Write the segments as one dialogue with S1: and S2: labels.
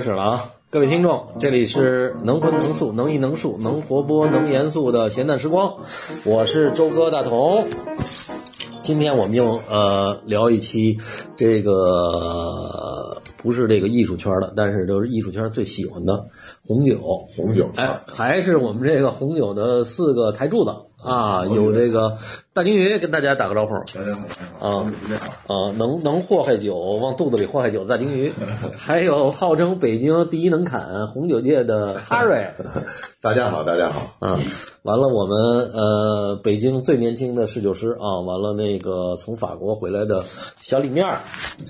S1: 始了啊！各位听众，这里是能荤能素能艺能术能活泼能严肃的闲淡时光，我是周哥大同。今天我们又呃聊一期这个不是这个艺术圈的，但是都是艺术圈最喜欢的红酒。
S2: 红酒，
S1: 哎，还是我们这个红酒的四个台柱子啊，有这个大金鱼跟大家打个招呼。
S2: 大家好，大家好，我是大家好，
S1: 啊、能能祸害酒，往肚子里祸害酒，大金鱼，还有号称北京第一能砍红酒界的哈瑞，
S2: 大家好，大家好，
S1: 啊，完了，我们呃，北京最年轻的侍酒师啊，完了那个从法国回来的小李面儿，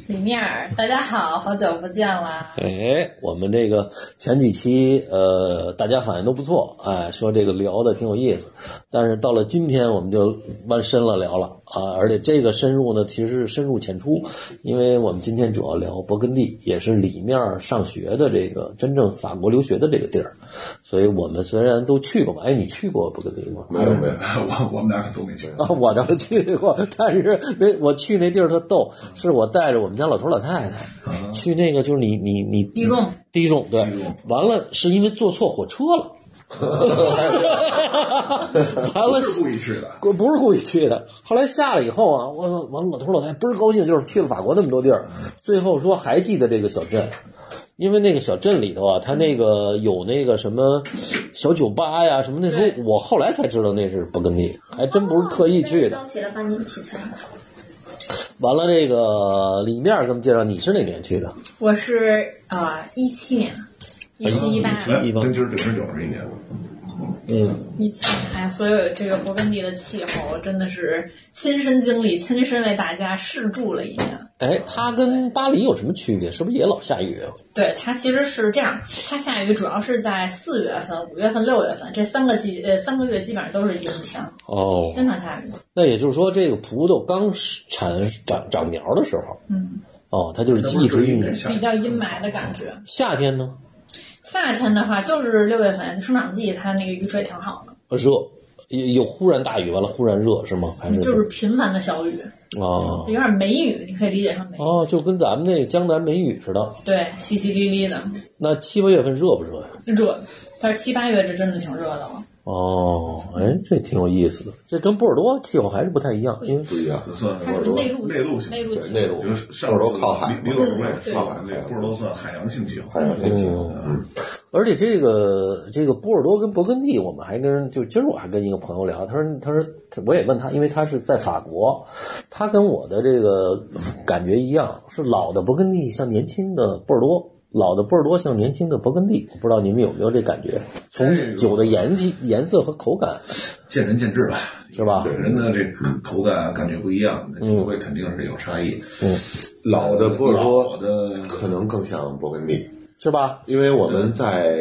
S3: 里面儿，大家好，好久不见啦！
S1: 哎，我们这个前几期呃，大家反应都不错，哎，说这个聊的挺有意思，但是到了今天我们就往深了聊了啊，而且这个深入呢，其实是深入浅出，因为我们今天主要聊勃艮第，也是里面上学的这个真正法国留学的这个地儿，所以我们虽然都去过嘛，哎，你去过勃艮第吗？
S2: 没有没有，我我们俩可都没去，
S1: 啊，我倒是去过，但是那我去那地儿特逗，是我带着我们家老头老太太去那个，就是你你你
S3: 地洞，
S1: 地洞对
S2: 地洞，
S1: 完了是因为坐错火车 了，
S4: 啊
S1: 完了
S2: 不是故意去的，
S1: 我不是故意去的。后来下来以后啊，我完老头老太太倍儿高兴，就是去了法国那么多地儿，最后说还记得这个小镇，因为那个小镇里头啊，他那个有那个什么小酒吧呀什么。那时候
S3: 对
S1: 我后来才知道那是勃艮第，还真不是特意去的。
S3: 高起了半年起餐。
S1: 完了，这个里面给我们介绍，你是哪年去的？
S3: 我是啊，一七年，一七一八，
S2: 哎
S1: 一般
S2: 跟今儿整是九十一年，
S1: 嗯，
S3: 一七年，哎，所有这个勃艮第的气候真的是亲身经历，亲身为大家试住了一年。
S1: 哎，它跟巴黎有什么区别？是不是也老下雨啊？
S3: 对，它其实是这样，它下雨主要是在四月份、五月份、六月份这三个季呃三个月基本上都是阴天，
S1: 哦，
S3: 经常下雨。
S1: 那也就是说，这个葡萄刚产长长苗的时候，
S3: 嗯，
S1: 哦，它就是一直
S2: 一
S1: 阴
S2: 年
S1: 雨。
S2: 下
S3: 比，较阴霾的感觉。
S1: 夏天呢，
S3: 夏天的话，就是六月份生长季，它那个雨水挺好的，
S1: 热，有有忽然大雨，完了忽然热是吗？还是
S3: 嗯就是频繁的小雨。
S1: 哦
S3: 有点梅雨，你可以理解成梅雨。
S1: 哦，就跟咱们那江南梅雨似的。
S3: 对，淅淅沥沥的
S1: 那七八月份热不热呀？
S3: 热，但是七八月这真的挺热的了。
S1: 哦，哎，这挺有意思的，这跟波尔多气候还是不太一样，因为
S4: 不一样，
S2: 算
S3: 它是内陆
S2: 内陆型，
S3: 内陆型
S4: 内陆
S2: 比如上
S4: 波尔
S2: 次
S4: 多靠海嘛，
S2: 李李老师
S3: 嗯
S2: 也说了，那波尔多算海洋性气候
S4: 海，洋性气候，嗯，
S1: 而且这个这个波尔多跟勃艮第，我们还跟就今儿我还跟一个朋友聊，他说他说我也问他，因为他是在法国，他跟我的这个感觉一样，是老的勃艮第像年轻的波尔多，老的波尔多像年轻的勃艮第。我不知道你们有没有这感觉？从酒的颜体、颜色和口感，
S2: 见仁见智吧，
S1: 是吧
S2: 对人的这口感感觉不一样，那体会肯定是有差异。
S1: 嗯，
S4: 嗯老的波尔
S2: 老
S4: 多
S2: 的
S4: 可能更像勃艮第，
S1: 是吧？
S4: 因为我们在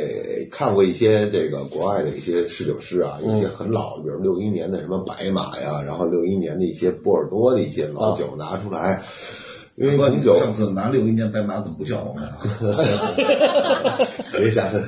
S4: 看过一些这个国外的一些侍酒师
S2: 嗯
S4: 啊，有一些很老的，比如六一年的什么白马呀，然后六一年的一些波尔多的一些老酒拿出来，因为
S2: 哥，
S4: 红
S2: 啊你
S4: 酒
S2: 上次拿六一年白马怎么不叫我 们啊？
S4: 别吓 人。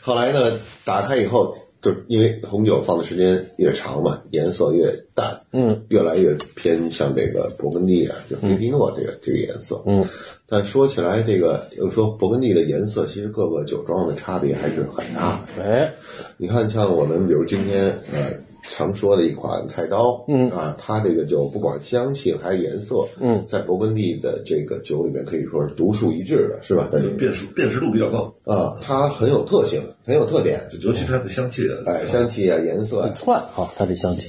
S4: 后来呢，打开以后，就是因为红酒放的时间越长嘛，颜色越淡，
S1: 嗯，
S4: 越来越偏向这个勃艮第啊，就菲皮诺这个、这个颜色，
S1: 嗯。
S4: 但说起来，这个又说勃艮第的颜色，其实各个酒庄的差别还是很大的。
S1: 哎，
S4: 你看，像我们比如今天呃常说的一款菜刀，
S1: 嗯
S4: 啊，它这个酒不管香气还是颜色，
S1: 嗯
S4: 在勃艮第的这个酒里面可以说是独树一帜的，是吧？在这
S2: 就
S4: 个
S2: 辨识辨识度比较高，
S4: 啊，它很有特性，很有特点，
S2: 尤其它的香气，
S4: 哎，香气啊，颜色啊，
S1: 窜啊，它这香气。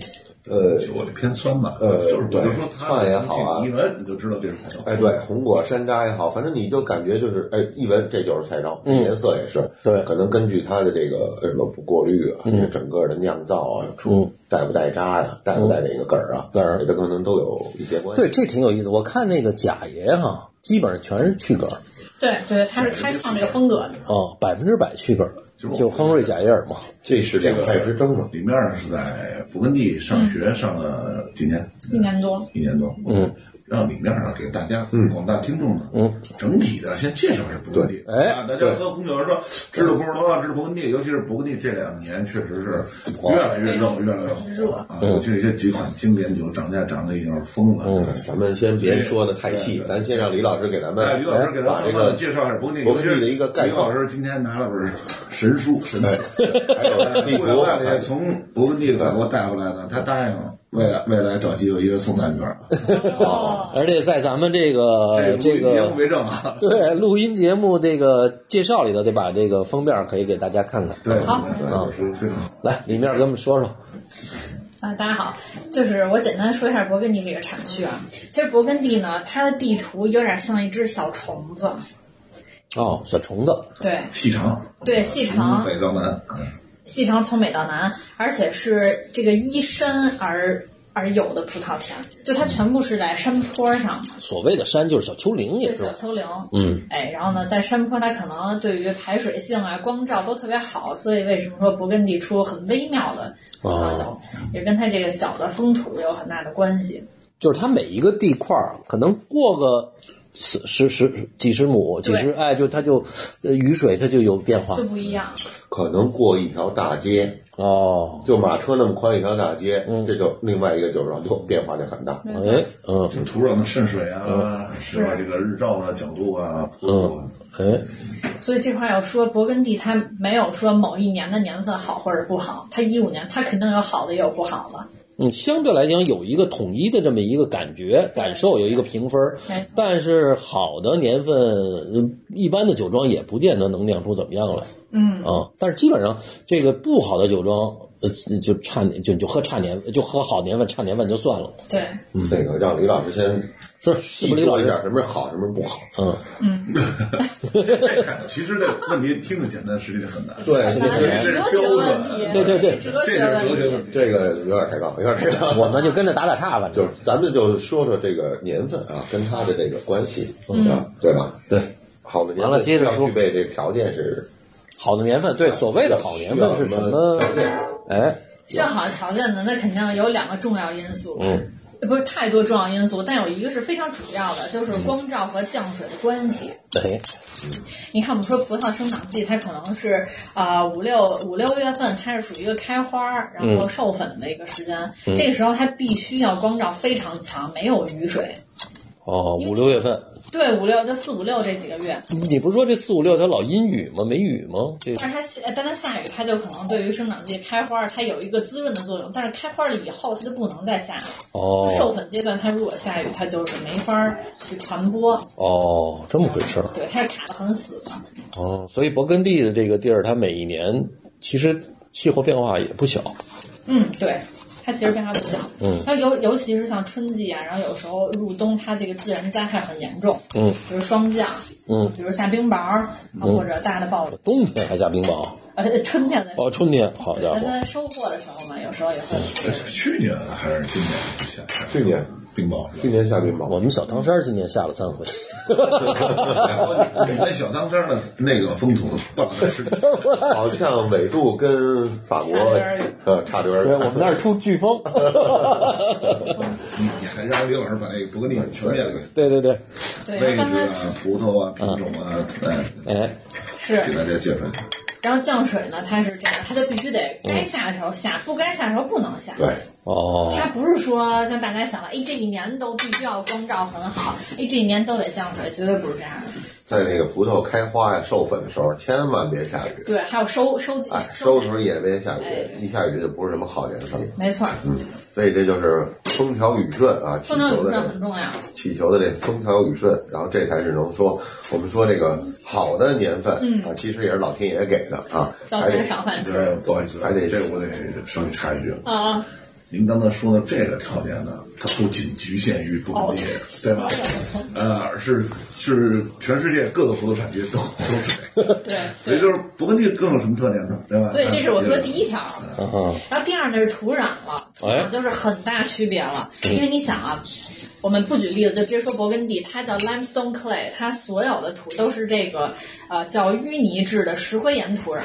S4: 呃，
S2: 就我这偏酸吧，
S4: 呃
S2: 就是我
S4: 对
S2: 就说它
S4: 串
S2: 的
S4: 也
S2: 香气
S4: 好啊
S2: 你一闻你就知道这是红酒。
S4: 哎，对，红果山楂也好，反正你就感觉就是，哎，一闻这就是菜刀，
S1: 嗯
S4: 颜色也是，
S1: 对嗯
S4: 可能根据它的这个呃什么不过滤啊，这整个的酿造啊，出带不带渣呀，带不带这个梗儿啊，
S1: 嗯梗儿
S4: 这都可能都有一些关系。
S1: 对，这挺有意思。我看那个贾爷哈，基本上全是去梗儿
S3: 对对，它是开创这个风格的。
S1: 啊，百分之百去梗儿，
S2: 就是我
S1: 就亨瑞贾耶尔嘛。
S4: 这是两派之争嘛。
S2: 里嗯面是在勃艮第上学上了几年，
S3: 一年多，
S2: 一年多。嗯，让里面啊给大家
S4: 嗯
S2: 广大听众呢，整体的先介绍一下勃艮第。
S1: 对哎
S2: 啊，大家喝红酒的时候知道波尔多，知道勃艮第，尤其是勃艮第这两年确实是越来越热，越来越火啊！尤其是这几款经典酒涨价涨得已经是疯了。
S4: 哎咱们先别说的太细，咱先让李老师给咱们
S2: 哎，于老师给咱
S4: 把这
S2: 慢慢
S4: 个
S2: 的介绍一下勃艮第，
S4: 勃
S2: 尤
S4: 艮
S2: 其
S4: 第
S2: 是
S4: 的一个概
S2: 于老
S4: 况，
S2: 师今天拿了本神书，神
S4: 哎，还有地
S2: 地
S4: 图哎
S2: 图，外这从勃艮第法国带回来的，他答应未来未来找机会一人送蛋卷儿，
S3: 哦，
S1: 而且在咱们这
S4: 哎
S1: 个
S2: 这
S1: 这
S2: 个录音节
S1: 个
S2: 目为证啊。
S1: 对录音节目这个介绍里头，得把这个封面可以给大家看看。
S2: 对，
S3: 好
S2: 对这本书非常好。
S1: 来，里面给我们说说。
S3: 啊，大家好，就是我简单说一下勃艮第这个产区啊。其实勃艮第呢，它的地图有点像一只小虫子，
S1: 哦，小虫子，
S3: 对
S2: 细长，
S3: 对，细长
S2: 从，北到南，嗯
S3: 细长从北到南，而且是这个依山而而有的葡萄田，就它全部是在山坡上的。
S1: 所谓的山就是小丘陵，
S3: 对
S1: 也是
S3: 小丘陵，
S1: 嗯，
S3: 哎，然后呢，在山坡它可能对于排水性啊、光照都特别好，所以为什么说勃艮第出很微妙的
S1: 哦
S3: 葡萄酒，也跟它这个小的风土有很大的关系。
S1: 就是它每一个地块儿可能过个十十十几十亩，几
S3: 对
S1: 十哎，就它就呃雨水它就有变化
S3: 就不一样，
S4: 可能过一条大街，
S1: 哦。
S4: 就马车那么宽一条大街，这就另外一个酒庄就变化就很大。
S1: 哎，嗯，
S2: 这土壤的渗水啊，
S4: 嗯
S2: 是吧？这个日照的角度啊，坡度啊
S1: 哎，
S3: 所以这块儿要说勃艮第，它没有说某一年的年份好或者不好，它一五年它肯定有好的也有不好的，
S1: 嗯，相对来讲有一个统一的这么一个感觉感受，有一个评分儿
S3: 没错。
S1: 但是好的年份，呃一般的酒庄也不见得能酿出怎么样来。
S3: 嗯，
S1: 啊，但是基本上这个不好的酒庄，呃，就差年就就喝差年，就喝好年份差年份就算了。
S3: 对，
S4: 那个让李老师先
S1: 是是
S4: 细
S1: 不是李老
S4: 说一
S1: 师？
S4: 下什么是好，什么是不好。
S1: 嗯，
S2: 这看其实这问题听着简单，实际上很难。
S4: 对，
S3: 咱
S2: 对
S4: 这
S3: 们哲学问题，
S1: 对对对
S3: 哲
S2: 这
S3: 学
S2: 就
S3: 问题
S2: 是哲学。问题。
S4: 这个有点太高，有点太高。
S1: 我们就跟着打打岔吧。
S4: 就是咱们就说说这个年份啊，跟它的这个关系，啊，对吧？
S1: 对，
S4: 好的年
S1: 嗯完了
S4: 份
S1: 接着
S4: 要
S1: 说
S4: 具备这个条件是
S1: 好的年份，对所谓的好年份是什么
S4: 需要？条件？
S1: 哎，
S3: 需要好的条件呢，那肯定有两个重要因素，
S1: 嗯，
S3: 不是太多重要因素，但有一个是非常主要的，就是光照和降水的关系。
S1: 哎，
S3: 你看，我们说葡萄生长季，它可能是啊五六五六月份，它是属于一个开花儿，然后授粉的一个时间。这个时候它必须要光照非常强，没有雨水。
S1: 哦，五六月份，
S3: 对，五六就四五六这几个月，
S1: 你不是说这四五六它老阴雨吗？没雨吗？这
S3: 但是它下，但它下雨，它就可能对于生长季开花儿，它有一个滋润的作用。但是开花了以后，它就不能再下了。授
S1: 哦
S3: 粉阶段，它如果下雨，它就是没法儿去传播，
S1: 哦，这么回事儿
S3: 对，它是卡得很死的。
S1: 哦。所以勃艮第的这个地儿，它每一年其实气候变化也不小。
S3: 嗯，对，它其实变化不小。
S1: 嗯，
S3: 它尤尤其是像春季啊，然后有时候入冬，它这个自然灾害很严重，
S1: 嗯
S3: 比如霜降，
S1: 嗯，
S3: 比如下冰雹儿啊，或者大的暴雨，
S1: 冬天还下冰雹
S3: 呃， 春天的时候。
S1: 哦，春天好
S3: 对
S1: 家
S3: 但
S1: 伙，
S3: 它收获的时候嘛，有时候也会。
S2: 这是去年啊还是今年下
S4: 去年
S2: 冰雹？是
S4: 去
S2: 吧
S4: 年下冰雹，
S1: 我们小唐山今年下了三回。
S2: 哎你那小当山的那个风土，不好吃。
S4: 好像纬度跟法国
S3: 差点儿
S4: 呃差点儿
S1: 对，我们那儿出飓风。
S2: 你你还让李老师把那个勃艮第全面给
S1: 对对对，
S3: 对，
S2: 位
S3: 然后
S2: 置
S3: 刚才
S2: 啊、葡萄啊、品种啊，哎，
S1: 哎，
S2: 给
S3: 是，
S2: 大家介绍一下。
S3: 然后降水呢，它是这样，它就必须得该下的时候下，不该下的时候不能下。
S4: 对，
S1: 哦，
S3: 它不是说像大家想的，哎，这一年都必须要光照很好，哎，这一年都得降水，绝对不是这样的。
S4: 在那个葡萄开花呀、授粉的时候，千万别下雨。
S3: 对，还有收收集
S4: 哎，收
S3: 收
S4: 的时候也别下雨
S3: 哎，
S4: 一下雨就不是什么好年份了。嗯
S3: 没错儿，
S4: 所以这就是风调雨顺啊，气
S3: 风调雨
S4: 球的
S3: 顺
S4: 这
S3: 很重要。
S4: 气球的这风调雨顺，然后这才是能说我们说这个好的年份、
S3: 嗯
S4: 啊，其实也是老天爷给的啊，
S3: 早
S4: 还得
S3: 餐赏饭吃
S2: 这哎不好意思，
S4: 还得
S2: 这我得稍微插一句，
S3: 啊，
S2: 您刚才说的这个条件呢，它不仅局限于不艮第，
S3: 哦
S2: 对
S3: 啊
S2: 吧？呃，是是全世界各个葡萄产区都都是 这个，
S3: 对，
S2: 所以就是勃艮第更有什么特点呢？对吧？
S3: 所以这是我说第
S2: 一，
S3: 一条。
S1: 嗯
S3: 然后第二呢是土壤了，土
S1: 哎
S3: 壤就是很大区别了，因为你想啊。我们不举例子，就直接说勃艮第，它叫 limestone clay，它所有的土都是这个，呃，叫淤泥质的石灰岩土壤。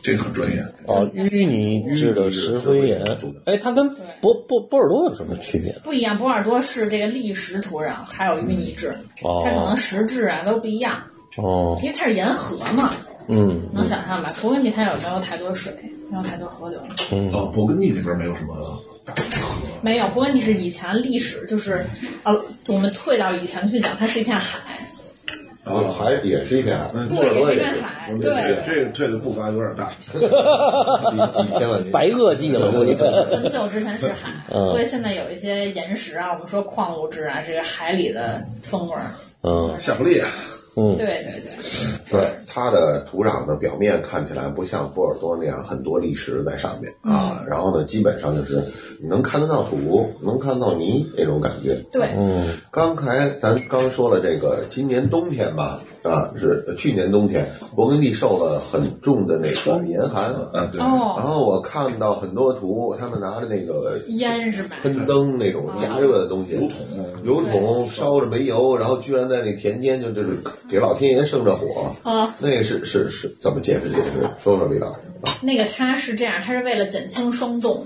S2: 这个很专业。
S1: 哦，淤泥制的石灰岩，哎，它跟波波波尔多有什么区别？
S3: 不一样，波尔多是这个砾石土壤，还有淤泥质，
S1: 哦
S3: 它可能石质啊都不一样，
S1: 哦，
S3: 因为它是沿河嘛，
S1: 嗯
S3: 能想象吧？勃艮第它有没有太多水，没有太多河流？
S1: 嗯，
S2: 哦，勃艮第那边没有什么大河，
S3: 没有，勃艮第是以前历史，就是呃，我们退到以前去讲，它是一片海，
S2: 然
S4: 后
S2: 后
S4: 还也是一片海，
S2: 嗯
S4: 波尔
S3: 对，也
S4: 多也
S3: 是一片
S4: 是
S3: 海
S2: 我，觉
S3: 对
S2: 得
S3: 对。
S2: 这个退的步伐有点大。
S4: 几几千万年
S1: 白垩纪了，估计。
S3: 很久之前是海，
S1: 嗯
S3: 所以现在有一些岩石啊，我们说矿物质啊，这个海里的风味儿。
S1: 嗯
S2: 夏普利，
S1: 嗯
S3: 对对对，
S4: 对它的土壤的表面看起来不像波尔多那样很多砾石在上面
S3: 嗯
S4: 啊，然后呢，基本上就是你能看得到土，能看到泥那种感觉。
S3: 对，
S1: 嗯
S4: 刚才咱刚说了这个，今年冬天吧，啊，是呃去年冬天，勃艮第受了很重的那个严寒，
S2: 啊，对，
S4: 然
S3: 哦，
S4: 后我看到很多图，他们拿着那个
S3: 烟是吧？
S1: 嗯
S4: 喷灯那种加热的东西，
S2: 油桶
S4: 油桶烧着煤油，然后居然在那田间就就是给老天爷生着火，
S3: 啊，
S4: 那是是是怎么解释这个事？说说李老师啊，
S3: 那个它是这样，它是为了减轻霜冻，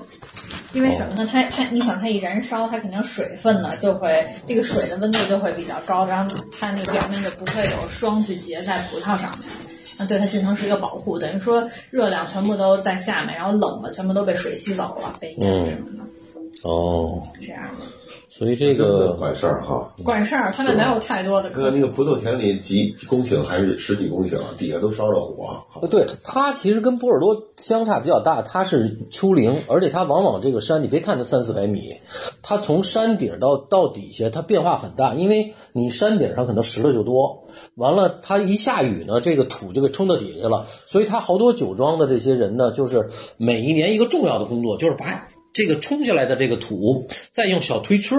S3: 因为什么呢？它它，你想它一燃烧，它肯定水分呢就会这个水的温度就会比较高，然后它那个表面就不会有霜去结在葡萄上面。那对它进行是一个保护，等于说热量全部都在下面，然后冷了全部都被水吸走了，啊被烟什么的，
S2: 嗯
S1: 哦，
S3: 这样的。
S1: 所以这
S4: 这么
S1: 个
S4: 管事儿哈。
S3: 管事儿，他们没有太多的
S4: 哥，那个葡萄田里几几公顷还是十几公顷，底下都烧着火，
S1: 呃，对，它其实跟波尔多相差比较大，它是丘陵，而且它往往这个山，你别看它三四百米，它从山顶到到底下，它变化很大，因为你山顶上可能石头就多，完了它一下雨呢，这个土就给冲到底下去了，所以它好多酒庄的这些人呢，就是每一年一个重要的工作就是把。这个冲下来的这个土，再用小推车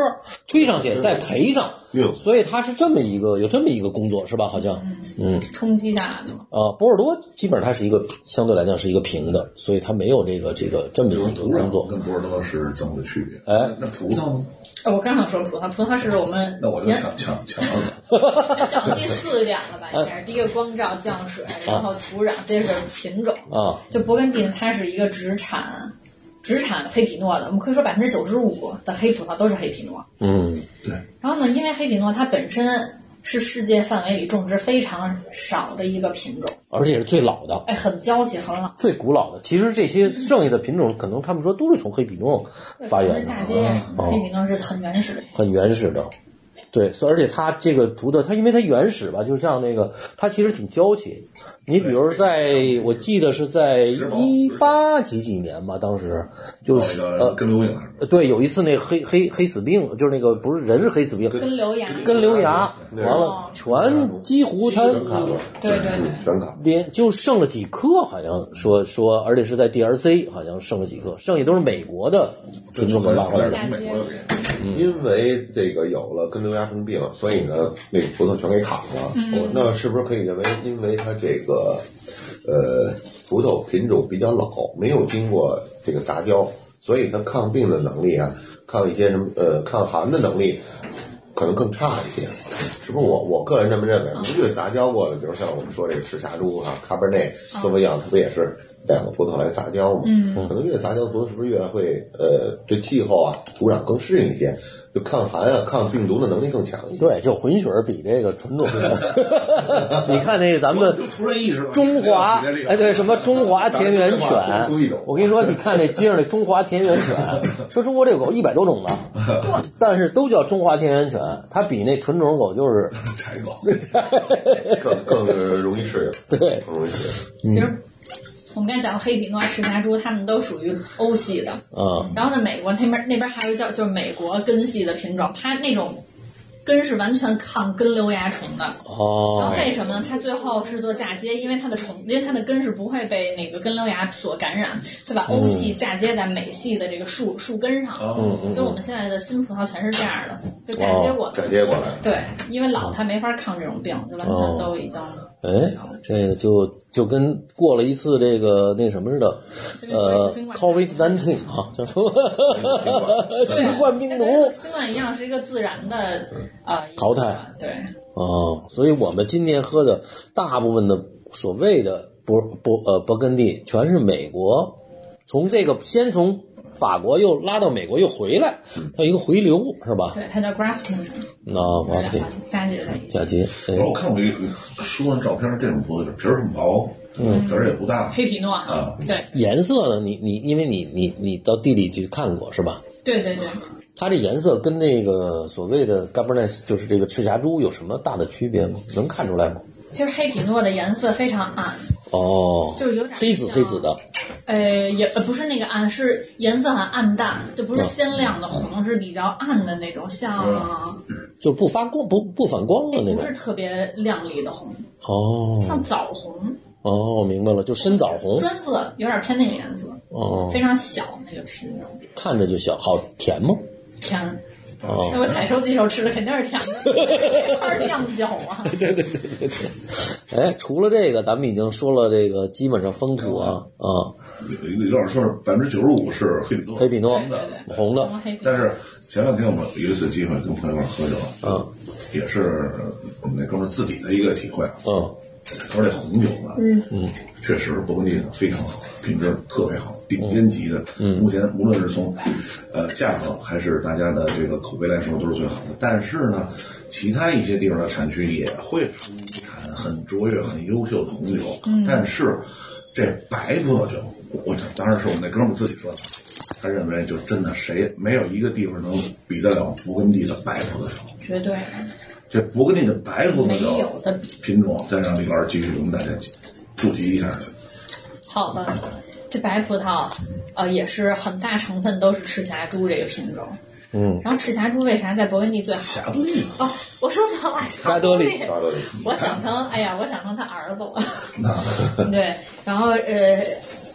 S1: 推上去，再培上，
S4: 哟
S1: 所以它是这么一个有这么一个工作是吧？好像，嗯，
S3: 冲击下来的嘛。
S1: 啊，波尔多基本上它是一个相对来讲是一个平的，所以它没有这个这个这么一
S2: 就是
S1: 个
S2: 土
S1: 工
S2: 壤
S1: 作。
S2: 跟波尔多是这么个区别。
S1: 哎，
S2: 那葡萄呢？
S3: 呃我刚想说葡萄，葡萄是我们
S2: 那我就
S3: 也
S2: 抢抢抢到了。嗯
S3: 讲第四点了吧？这是第一个光照、降水，然后土壤，接着就是品种。
S1: 啊，
S3: 就勃艮第呢，它是一个只产只产黑皮诺的，我们可以说百分之九十五的黑葡萄都是黑皮诺。
S1: 嗯
S2: 对，
S3: 然后呢，因为黑皮诺它本身是世界范围里种植非常少的一个品种，
S1: 而且是最老的、
S3: 哎，很娇气，很老，
S1: 最古老的。其实这些剩下的品种，可能他们说都是从黑比诺发源的啊哦
S3: 下，阶什么的，黑皮诺是很原始的。
S1: 很原始的。对，所以而且它这个葡萄，它因为它原始吧，就像那个，它其实挺娇气。你比如在，我记得是在一八几几年吧，当时就是
S2: 那个
S1: 呃，
S2: 跟刘颖是吧？
S1: 对，有一次那个黑黑黑死病，就是那个不是人是黑死病，
S3: 跟瘤牙，
S1: 跟刘牙
S4: 对哦
S1: 完了，全几乎他
S4: 全砍了，
S3: 对对对
S4: 嗯，全砍了。
S1: 连就剩了几颗，好像说说，而且是在 DRC 好像剩了几颗，剩下都是美国的品种给拉回来的。
S2: 从美国给。
S4: 因为这个有了跟瘤蚜生病，所以呢，那个葡萄全给砍了。我那是不是可以认为，因为它这个呃葡萄品种比较老，没有经过这个杂交，所以它抗病的能力啊，抗一些什么呃抗寒的能力。可能更差一些，是不是我？我个人这么认为，越杂交过的，比如像我们说这个赤霞珠啊、卡本内、斯维扬，它不也是两个葡萄来杂交嘛，可能越杂交葡萄是不是越会呃对气候啊、土壤更适应一些，就抗寒啊、抗病毒的能力更强一些。
S1: 对，就混血儿比这个 纯种。你看那个咱们
S2: 我就突然意识到
S1: 中华，哎，对，什
S2: 么？
S1: 么中华田园犬
S4: 当然中华民族一种？
S1: 我跟你说，你看那街上那中华田园犬，说中国这个狗一百多种呢， 但是都叫中华田园犬，它比那纯种狗就是
S2: 柴狗，
S4: 更更容易适应，
S1: 对
S4: 更容易适
S1: 嗯
S3: 其实我们刚才讲的黑皮诺、赤霞珠，它们都属于欧系的。
S1: 啊
S3: 然后呢，美国那边那边还有一叫就是美国根系的品种，它那种根是完全抗根瘤蚜虫的。然
S1: 哦
S3: 后为什么呢？它最后是做嫁接，因为它的虫，因为它的根是不会被那个根瘤蚜所感染，就把欧系
S1: 嗯
S3: 嫁接在美系的这个树树根上了。
S2: 哦
S3: 所以我们现在的新葡萄全是这样的，就嫁
S1: 哦
S3: 接过
S4: 应。
S3: 的。
S4: 嫁接过来，
S3: 对，因为老它没法抗这种病，就完
S1: 哦
S3: 全都已经。
S1: 哎，这个就就跟过了一次这个那什么似的，呃，COVID 1 9啊，叫什么新冠病毒哎
S3: 对它跟新冠一样是一个自然的呃
S1: 嗯淘汰。
S3: 对，
S1: 啊、所以我们今天喝的大部分的所谓的勃勃呃勃艮第，全是美国，从这个先从法国又拉到美国又回来，它有一个回流是吧？啊
S3: 对，它叫 grafting，
S1: 那
S3: 把
S1: 我
S3: 它
S1: 对
S3: 加结在一起，
S1: 贾杰，哎
S2: 不是我看过一个书上照片，这种葡萄皮儿很薄，籽儿也不大，
S3: 黑皮诺
S2: 啊，
S3: 对
S1: 颜色呢？你你因为你你你到地里去看过是吧？
S3: 对对对，
S1: 它这颜色跟那个所谓的 Cabernet，就是这个赤霞珠有什么大的区别吗？能看出来吗？
S3: 其实黑皮诺的颜色非常暗，
S1: 哦，
S3: 就是有点
S1: 黑紫
S3: 像
S1: 黑紫的，
S3: 呃，也呃不是那个暗，是颜色很暗淡，就
S1: 嗯
S3: 不是鲜亮的红，是比较暗的那种，像
S1: 就不发光不不反光啊的那
S3: 不
S1: 种
S3: 是。特别亮丽的红，
S1: 哦
S3: 像枣红、
S1: 哦，我明白了，就深枣红。
S3: 砖色，有点偏那个颜色，
S1: 哦
S3: 非，常小那个品种，
S1: 看着就小，好甜吗？
S3: 甜。哎
S1: 哦
S3: 那，我采收的时候吃的肯定是甜 的，哪儿酱酒啊？
S1: 哎，除了这个，咱们已经说了这个基本上风土啊啊，
S2: 有一个有点说是百分之九十五是黑比诺，
S1: 黑皮诺
S3: 对对对
S1: 红
S3: 红
S1: 的，
S3: 黑皮
S2: 但是前两天我们有一次机会跟朋友一块儿喝酒，
S1: 嗯
S2: 也是我们那哥们儿自己的一个体会啊。
S1: 嗯
S2: 他说这红酒呢，嗯嗯，确实勃艮第呢非常好，品质特别好，顶尖级的。嗯，目前无论是从呃价格还是大家的这个口碑来说都是最好的。但是呢，其他一些地方的产区也会出产很卓越、很优秀的红酒，但是这白葡萄酒，我我当然是我们那哥们儿自己说的。他认为，就真的谁没有一个地方能比得了勃艮第的白葡萄酒。
S3: 绝对
S2: 这勃艮第的白葡萄
S3: 没
S2: 酒
S3: 有的比。
S2: 品种，再让李老师继续给我们大家普及一下。
S3: 好的，这白葡萄，呃，也是很大成分都是赤霞珠这个品种。
S1: 嗯，
S3: 然后赤霞珠为啥在勃艮第最好？
S2: 霞多丽，
S3: 哦，我说错了，霞
S1: 多丽
S3: 丽。
S4: 抓到你
S3: 我想成，哎呀，我想成他儿子了。
S2: 那
S3: 对，然后呃，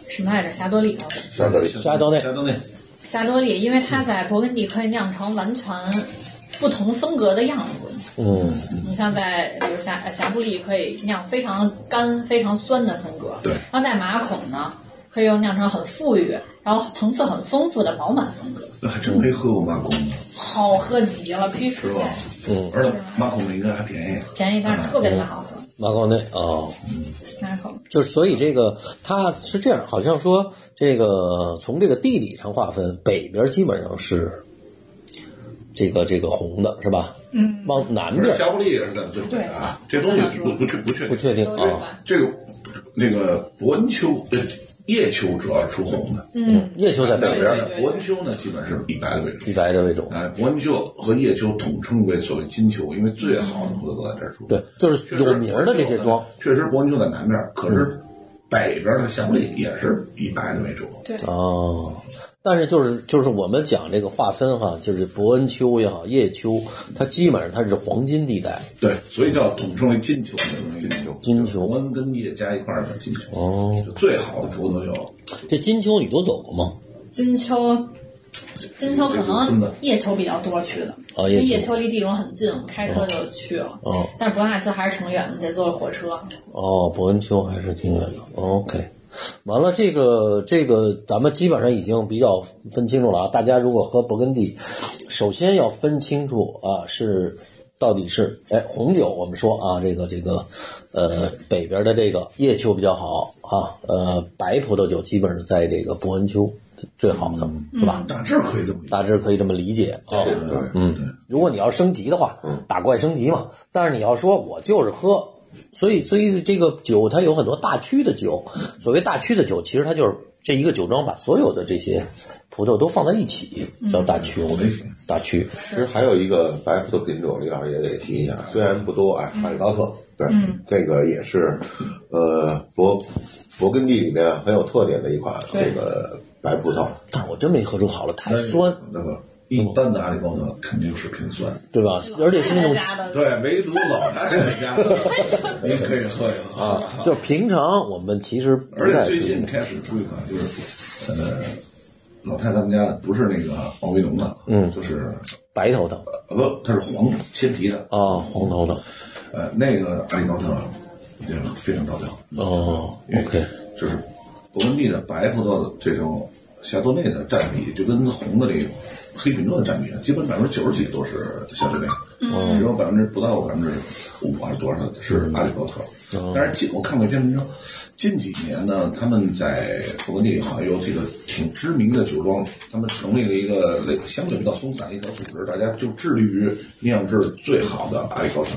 S3: 什么来着？霞多丽。啊
S4: 抓到你
S1: 霞多丽
S2: 霞多丽，
S3: 霞多丽，因为它在勃艮第可以酿成完全不同风格的样子。
S1: 嗯
S3: 你像在比如霞呃霞布利可以酿非常干、非常酸的风格，
S2: 对
S3: 然后在马孔呢，可以又酿成很富裕，然后层次很丰富的饱满风格，
S2: 那还真没喝过马孔，
S3: 好喝极了，必须
S2: 是吧？
S1: 嗯，
S2: 而且马孔应该还便宜。
S3: 便宜但是特别特
S2: 嗯
S3: 别好喝。
S1: 马高内哦，
S3: 马孔
S1: 就是所以这个它是这样，好像说这个从这个地理上划分，北边基本上是这个这个红的是吧？
S3: 嗯，
S1: 往南
S2: 而
S1: 边
S2: 且霞多丽也是在对北啊，这东西不不确不确
S1: 不确定
S3: 都是
S1: 啊。
S3: 吧？
S2: 这个那个伯恩丘呃叶丘主要是出红的，
S3: 嗯，
S1: 叶秋在
S2: 北
S1: 北
S2: 边
S1: 边，
S2: 的伯恩丘呢基本是以白的为主。
S1: 一白的为主。
S2: 哎，伯恩丘和叶丘统称为所谓金丘，因为最好的葡萄都在这儿出。
S1: 嗯对，就是
S2: 确实
S1: 有名儿的这些庄，嗯
S2: 确实伯恩丘在南边儿，可是北边儿的夏布利也是以白的为主。
S3: 对，
S1: 哦。但是就是就是我们讲这个划分哈，就是伯恩丘也好，叶丘，它基本上它是黄金地带。
S2: 对，所以叫统称为金球，金球，
S1: 金球
S2: 伯恩跟叶加一块儿的金球，
S1: 哦，
S2: 就最好的葡萄酒。
S1: 这金丘你都走过吗？
S3: 金秋。金秋可
S2: 这个真
S3: 能
S2: 的
S3: 夜秋比较多去的，
S1: 哦
S3: 因为
S1: 夜
S3: 夜
S1: 秋
S3: 秋离地荣很近，我们开车就去了。
S1: 哦
S3: 但是博纳秋还是挺远的，得坐火车。
S1: 哦，伯恩丘还是挺远的。OK，完了，这个这个咱们基本上已经比较分清楚了啊。大家如果喝勃艮第，首先要分清楚啊，是到底是哎红酒，我们说啊，这个这个呃北边的这个叶丘比较好啊，呃白葡萄酒基本上在这个伯恩丘最好的，是吧？
S2: 大致可以这么理解。
S1: 大致可以这么理解啊。
S2: 对，嗯
S1: 嗯，如果你要升级的话，打怪升级嘛。但是你要说我就是喝，所以所以这个酒它有很多大区的酒，所谓大区的酒，其实它就是这一个酒庄把所有的这些葡萄都放在一起，叫大区。我们
S2: 嗯
S1: 大区，
S4: 其实还有一个白葡萄品种，李老师也得提一下，虽然不多，哎，哈利高
S1: 嗯
S4: 特，对，这个也是，呃，勃勃艮第里面很有特点的一款
S3: 对
S4: 这个白葡萄，
S1: 但我真没喝出好了，太酸，
S2: 那个一般的阿里高德肯定是偏酸，
S1: 对吧？而且是那种
S3: 老太太家的
S2: 对，唯独老太太 家的，您可以喝一喝啊。
S1: 就是平常我们其实不
S2: 而且
S1: 太
S2: 最近开始出一款就是，呃，老太太们家的不是那个奥维农的，嗯，就是
S1: 白头的
S2: 呃不，它是黄鲜皮的，
S1: 啊，黄头的
S2: 呃，那个阿里高特这个非常高调。
S1: 哦
S2: 因为
S1: ，OK，
S2: 就是勃艮第的白葡萄的这种霞多内的占比，就跟红的这个黑品种的占比，基本百分之九十几都是小酒类，只有百分之不到百分之五还是多少是阿里伯特。但是近我看过一篇文章，近几年呢，他们在勃艮第好像有几个挺知名的酒庄，他们成立了一个类相对比较松散的一条组织，大家就致力于酿制最好的阿里伯特。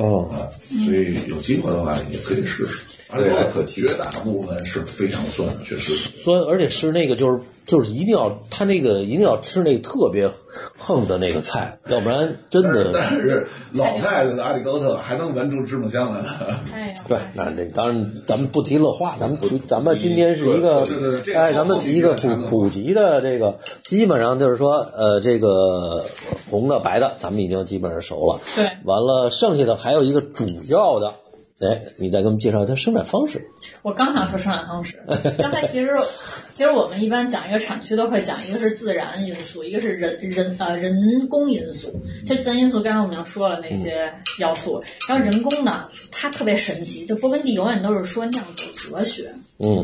S1: 哦，
S2: 啊，所以有机会的话也可以试试。嗯而且可绝大部分是非常酸的，确实。
S1: 所以而且吃那个就是就是一定要他那个一定要吃那个特别横的那个菜，要不然真的
S2: 但是老太太的阿里高特还能闻出芝麻香来呢。
S3: 哎呀，
S1: 对，那那当然咱们不提乐话，咱们提咱们今天是一个
S2: 对对对这个
S1: 哎，咱们提一个
S2: 后期
S1: 普
S2: 咱们
S1: 普及的这个，基本上就是说呃这个红的白的咱们已经基本上熟了，
S3: 对
S1: 完了剩下的还有一个主要的。哎，你再给我们介绍一下它生产方式。
S3: 我刚想说生产方式，刚才其实其实我们一般讲一个产区都会讲一个是自然因素，一个是人人呃人工因素。其实自然因素刚才我们已经说了那些要素，然后人工呢，它特别神奇，就勃艮第永远都是说酿酒哲学，
S1: 嗯，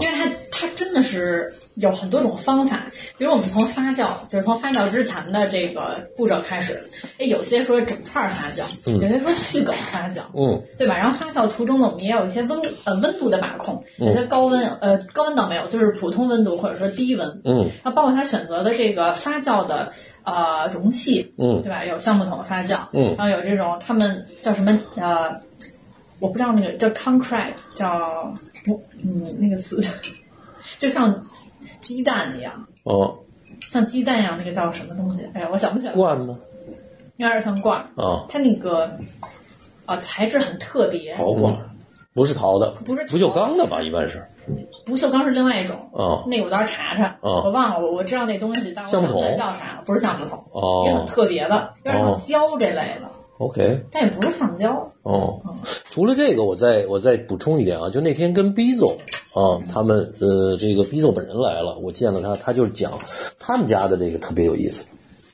S3: 因为它它真的是有很多种方法，比如我们从发酵，就是从发酵之前的这个步骤开始，哎，有些说整块儿发酵，有些说去梗发酵，
S1: 嗯，
S3: 对吧？然后发酵途中呢，我们也有一些温呃温度的把控，有些高温呃高温倒没有，就是普通温度或者说低温，
S1: 嗯，
S3: 那包括他选择的这个发酵的呃容器，
S1: 嗯
S3: 对吧？有橡木桶发酵，
S1: 嗯
S3: 然后有这种他们叫什么呃，我不知道那个叫 concrete，叫嗯那个词， 就像鸡蛋一样，
S1: 哦，
S3: 像鸡蛋一样那个叫什么东西？哎呀，我想不起来了，
S1: 罐吗？
S3: 有点像罐儿，
S1: 啊，
S3: 它那个啊、材质很特
S1: 嗯
S3: 别，
S1: 哦
S4: 好管，
S1: 不是陶的，
S3: 不是陶
S1: 不锈钢的吧？一般是
S3: 不锈钢是另外一种，
S1: 哦
S3: 那个我到时候查查，
S1: 哦
S3: 我忘了，我我知道那东西，但是我想不起来叫啥，不是橡木桶，
S1: 哦
S3: 也很特别的，有点像胶这类的，
S1: OK
S3: 但也不是橡胶，
S1: 哦。除了这个，我再我再补充一点啊，就那天跟 Bizo 啊，他们呃，这个 Bizo 本人来了，我见了他，他就是讲他们家的这个特别有意思。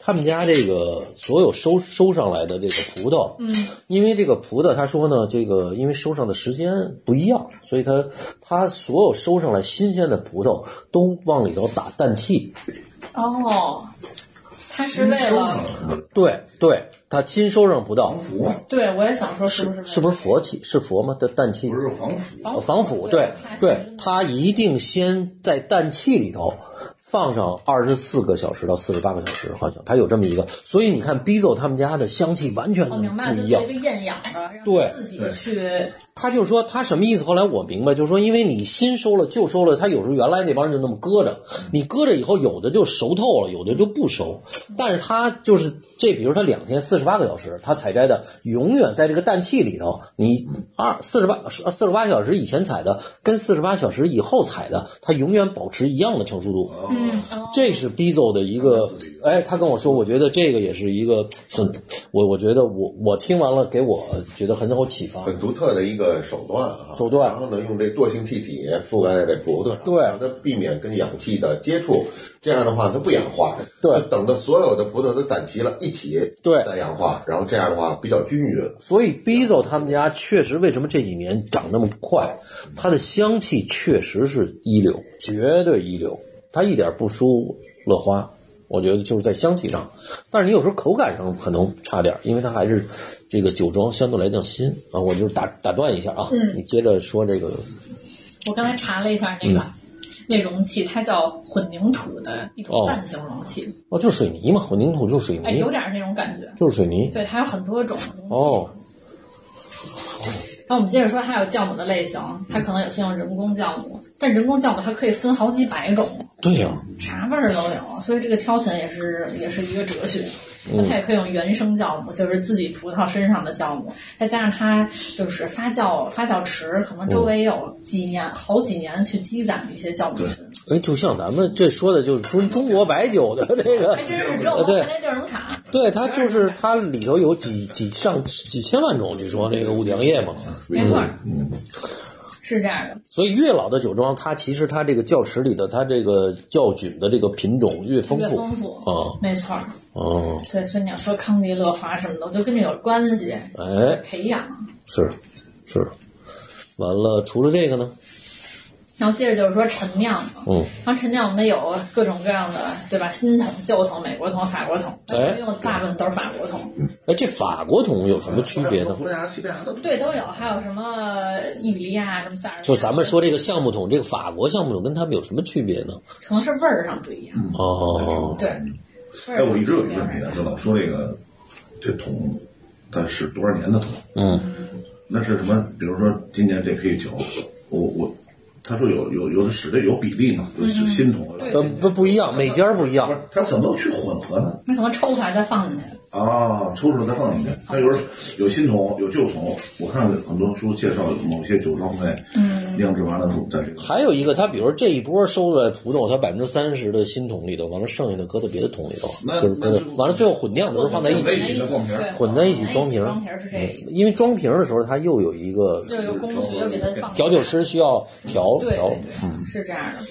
S1: 他们家这个所有收收上来的这个葡萄，嗯，因为这个葡萄，他说呢，这个因为收上的时间不一样，所以他他所有收上来新鲜的葡萄都往里头打氮气，
S3: 哦，它是为了，
S1: 对对，他新收上葡萄
S2: 防，腐嘛，
S3: 对我也想说是不是为了
S1: 是不是佛气？是佛吗？的氮气
S2: 不是防腐，
S3: 防
S1: 呃防腐，
S3: 对
S1: 对
S3: 对
S1: 对，它一定先在氮气里头放上二十四个小时到四十八个小时，好像它有这么一个。所以你看 Bizo 他们家的香气完全
S3: 我
S1: 不
S3: 哦明白了，就
S1: 一
S3: 是
S1: 样
S3: 一。个厌氧的，让
S1: 对
S3: 自己
S2: 对
S3: 去
S1: 他就说他什么意思？后来我明白，就是说因为你新收了旧收了，他有时候原来那帮人就那么搁着，你搁着以后有的就熟透了，有的就不熟。但是他就是这，比如他两天四十八个小时，他采摘的永远在这个氮气里头，你二四十八四十八小时以前采的跟四十八小时以后采的，它永远保持一样的成熟度。
S3: 嗯，哦
S1: 这是 Bizo 的一个，哎，他跟我说，我觉得这个也是一个很，我我觉得我我听完了给我觉得很有启发。
S4: 很独特的一个手段啊。
S1: 手段
S4: 然后呢，用这惰性气体覆盖在这葡萄上，
S1: 对
S4: 让它避免跟氧气的接触，这样的话它不氧化。
S1: 对
S4: 就等到所有的葡萄都攒齐了，一起
S1: 对
S4: 再氧化，然后这样的话比较均匀。
S1: 所以 Bizo 他们家确实为什么这几年涨那么快，它的香气确实是一流，绝对一流，它一点不输乐花。我觉得就是在香气上，但是你有时候口感上可能差点，因为它还是这个酒庄相对来讲新啊。我就是打打断一下啊，
S3: 嗯
S1: 你接着说这个
S3: 我刚才查了一下那个。那容器它叫混凝土的一种
S1: 哦
S3: 半形容器，
S1: 哦，就是水泥嘛，混凝土就是水
S3: 哎，
S1: 泥
S3: 有，点儿那种感觉。
S1: 就是水泥。
S3: 对，它有很多种东西。
S1: 哦，
S3: 然后我们接着说，它有酵母的类型，它可能有些用人工酵母，但人工酵母它可以分好几百种，
S1: 对呀、
S3: 啥味儿都有，所以这个挑选也是也是一个哲学。
S1: 嗯
S3: 那它也可以用原生酵母，就是自己葡萄身上的酵母，再加上它就是发酵发酵池，可能
S1: 嗯
S3: 周围有几年、好几年去积攒的一些酵母群。
S1: 哎，就像咱们这说的，就是中中国白酒的这个，
S3: 还真是只有我
S1: 啊对
S3: 们那地儿能卡。
S1: 对，它就是它里头有几几上几千万种，据说那个五粮液嘛，
S3: 没错，
S1: 嗯
S3: 是这样的。
S1: 所以越老的酒庄，它其实它这个窖池里的它这个窖菌的这个品种越丰
S3: 越
S1: 富
S3: 丰富
S1: 啊，
S3: 没错儿。
S1: 哦、
S3: 对，所以你要说康帝乐华什么的，我就跟这有关系，
S1: 哎，
S3: 培养。
S1: 是是，完了，除了这个呢，
S3: 然后接着就是说陈酿嘛，
S1: 嗯，
S3: 然后陈酿我们有各种各样的，对吧？新桶、旧桶、美国桶、法国桶，但
S1: 哎
S3: 是用的大部分都是法国桶，
S1: 哎，这法国桶有什么区别呢？
S2: 葡萄牙、西班牙的
S3: 对，都有。还有什么伊比利亚、什么塞尔维亚，
S1: 就咱们说这个橡木桶，这个法国橡木桶跟他们有什么区别呢？
S3: 可能是味儿上不一样，
S1: 哦，
S3: 对。味
S2: 嗯哎，
S3: 儿
S2: 我一直有一
S3: 不
S2: 个
S3: 样
S2: 问题啊，就老说这个这桶它是多少年的桶？
S1: 嗯
S2: 那是什么？比如说今年这批酒，我我他说有有有的使的有比例嘛，有是新桶，
S3: 对
S1: 呃，不不一样，每家不一
S2: 不是
S1: 样。
S2: 他怎么去混合呢？
S3: 那可能抽出来再放进去，
S2: 啊，抽出来再放进去。他有时候有新桶，有旧桶。我看很多书介绍某些酒庄会酿制完了后，在这个
S1: 还有一个，他比如这一波收的葡萄，他百分之三十的新桶里头，完了剩下的搁到别的桶里头，
S2: 那
S1: 就是搁
S2: 那就
S1: 到完了最后混酿的时候放在一
S2: 混在
S1: 起
S2: 一，起
S3: 对
S2: 装瓶儿
S1: 混在一起装
S3: 混在一
S1: 瓶
S3: 起
S1: 儿
S3: 装瓶儿是这个意思，
S1: 因为装瓶的时候，它又有一个
S2: 嗯
S3: 就有工序，又给它放
S1: 调酒师需要调
S3: 对
S1: 调
S3: 对，
S2: 嗯
S3: 对，是这样的。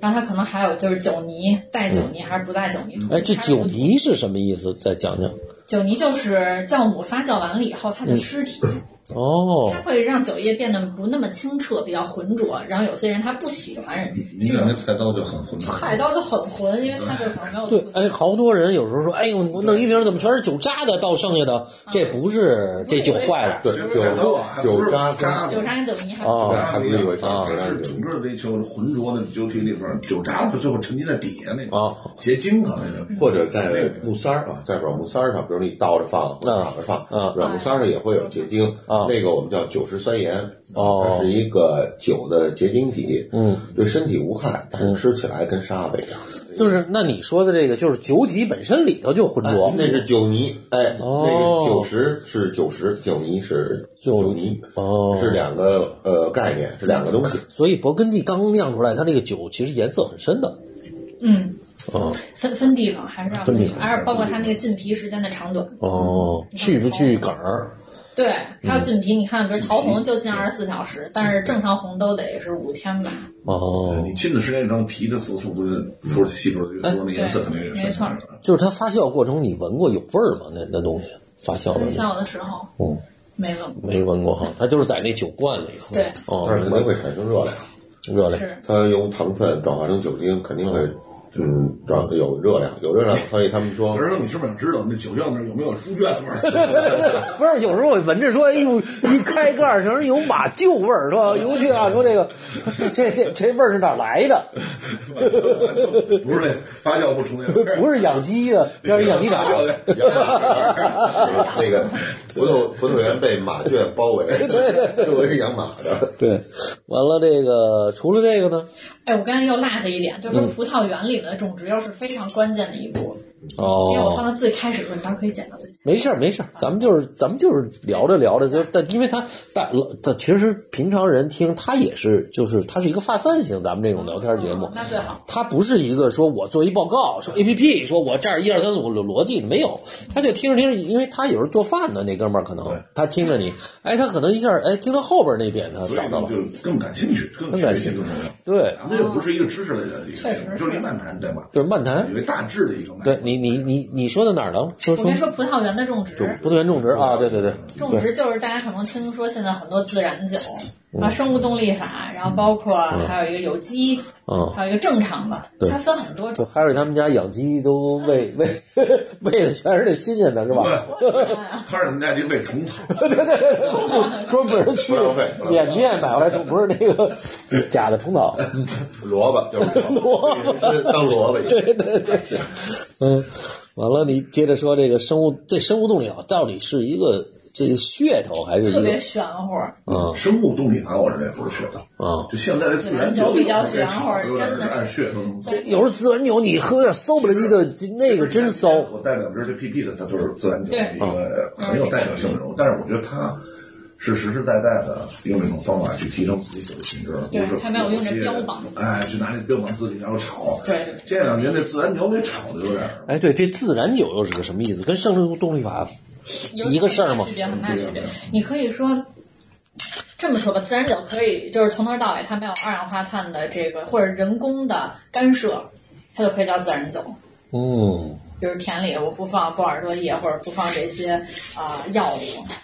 S3: 然后它可能还有就是酒泥，带酒泥还是不带酒泥？
S1: 哎，这酒泥是什么意思？再讲讲。
S3: 酒泥就是酵母发酵完了以后它的尸体，
S1: 嗯哦
S3: 它，会让酒液变得不那么清澈，比较浑浊。然后有些人他不喜欢
S2: 你感觉菜刀就很混乱。
S3: 菜刀就很浑，因为它就可能没有
S1: 对，哎，好多人有时候说，哎呦，你给我弄一瓶怎么全是酒渣子倒剩下的？这嗯不是这酒坏了，
S4: 对，酒
S2: 啊
S4: 酒渣
S2: 渣
S4: 渣
S2: 子
S3: 酒渣跟酒泥还
S1: 哦
S4: 对还不是一回事
S2: 啊
S4: 儿，
S2: 它是整个这球浑浊的酒体里边儿，酒渣子最后沉积在底下那个
S1: 啊
S2: 结晶啊，那个
S4: 或者在木塞儿啊，在软木塞儿上，比如你倒着放或者
S1: 嗯
S4: 躺着放，
S1: 嗯
S4: 软木塞儿上也会有结晶，
S1: 嗯
S4: 那个我们叫酒石酸盐，
S1: 哦
S4: 它是一个酒的结晶体，
S1: 嗯，
S4: 对身体无害，但是吃起来跟沙子一样，
S1: 哦就是那你说的这个，就是酒体本身里头就浑浊
S4: 哎。那是酒泥，哎，
S1: 哦
S4: 那个酒石是酒石，酒泥是
S1: 酒
S4: 酒泥，
S1: 哦
S4: 是两个呃概念，是两个东西，
S1: 所以勃艮第刚酿出来，它这个酒其实颜色很深的。
S3: 嗯
S1: 哦
S3: 分分地方还是要
S1: 分地方
S3: 还是包括它那个浸皮时间的长短。
S1: 哦，去不去梗儿？
S3: 对，
S1: 嗯
S3: 还有浸皮，你看，比如桃红就近二十四小时，但是正常红都得是五天吧。
S1: 哦，
S2: 你浸的时间越长，皮的色素不是说细数的越多，那颜色肯定越深。
S3: 没错
S1: 就是它发酵过程，你闻过有味儿吗？那那东西发酵的
S3: 很
S1: 那个，
S3: 小的时候
S1: 嗯，
S3: 没闻过，
S1: 没闻过哈，它就是在那酒罐里头。
S3: 对
S1: 哦，
S4: 但是肯定会产生热量，
S1: 热烈。
S3: 是
S4: 它由糖分转化成酒精，肯定会嗯转有热量，有热量，所以他们说
S2: 我说你是不是想知道那酒窖那儿有没有书卷味儿？
S1: 不是，有时候我闻着说，哎呦，一开盖儿全是有马厩味儿，是吧？尤其啊，说这个，这这这味儿是哪儿来的？
S2: 不是那发酵不出那味儿，
S1: 不是养鸡的，那是养鸡场。
S2: 的。
S4: 那个葡萄葡萄园被马圈包围， 周围是养马的。
S1: 对，完了这个，除了这个呢？
S3: 哎，我刚才又落下一点，就是
S1: 嗯
S3: 说葡萄园里面的种植又是非常关键的一步，因为我放
S1: 哦，
S3: 到最开始的时候，你到时候可以剪到最开始。
S1: 没事儿没事儿，咱们就是咱们就是聊着聊着，就是但因为他大他其实平常人听他也是，就是他是一个发散型咱们这种聊天节目
S2: 嗯
S3: 哦，那最好。
S1: 它不是一个说我做一报告，说 A P P，说我这儿一二三四五逻辑没有，他就听着听着，因为他有时候做饭呢，那哥们儿可
S2: 对
S1: 能他听着你，哎，他可能一下哎听到后边那点他
S2: 所以
S1: 啊找到
S2: 呢，
S1: 了，
S2: 就更感兴趣，更学习更重要。
S1: 对，
S2: 咱们这不是一个知识类的一个
S3: 确实
S2: 节目，
S3: 是
S2: 就是一漫谈，对吧？
S1: 就是漫谈
S2: 有，一大致的一个漫
S1: 对
S2: 谈。
S1: 你你你你说的哪儿呢？说
S3: 我
S1: 说
S3: 跟你说，葡萄园的种植，
S1: 葡萄园种植啊，对对对，
S3: 种植就是大家可能听说现在很多自然酒，
S1: 嗯
S3: 啊，生物动力法，然后包括还有一个有机，
S1: 嗯
S3: 还有一个正常的
S1: 对，
S3: 它分很多
S1: 就
S3: 种。
S1: 海瑞他们家养鸡都喂喂喂的全是那新鲜的，是吧？
S3: 啊
S2: 他是人家就喂虫草，
S1: 说不是去
S4: 不浪费不浪费
S1: 缅甸买回来，不是那个假的虫草，
S4: 萝卜就是萝卜，当萝卜用。
S1: 嗯，完了，你接着说这个生物，这生物动力啊，到底是一个这个噱头还是一
S3: 特
S1: 个嗯
S3: 别玄乎，
S1: 啊
S2: 生物动力法我认为不是噱头。
S1: 啊？
S2: 就现在这自然
S3: 比较
S2: 这
S3: 玄乎
S2: 炒有点
S3: 真的
S2: 按噱头弄。
S1: 这有时候自然酒你喝点馊不拉几的，那个真馊。
S2: 我代表着这 PP 的，它就是自然酒
S3: 对
S2: 的一个很有代表性的人物，但是我觉得他是实实在在的用这种方法去提升自己酒的品质，
S3: 对
S2: 不是
S3: 他没有用这标榜
S2: 哎，去拿这标榜自己然后炒。
S3: 对
S2: 这两年这自然酒给炒的有点儿。
S1: 哎，对，这自然酒又是个什么意思？跟生物动力法
S3: 有
S1: 一个事儿吗
S3: 很大区别很大区别。你可以说这么说吧，自然酒可以就是从头到尾它没有二氧化碳的这个或者人工的干涉，它就可以叫自然酒。
S1: 嗯，
S3: 比如田里我不放波尔多液或者不放这些啊、呃药物，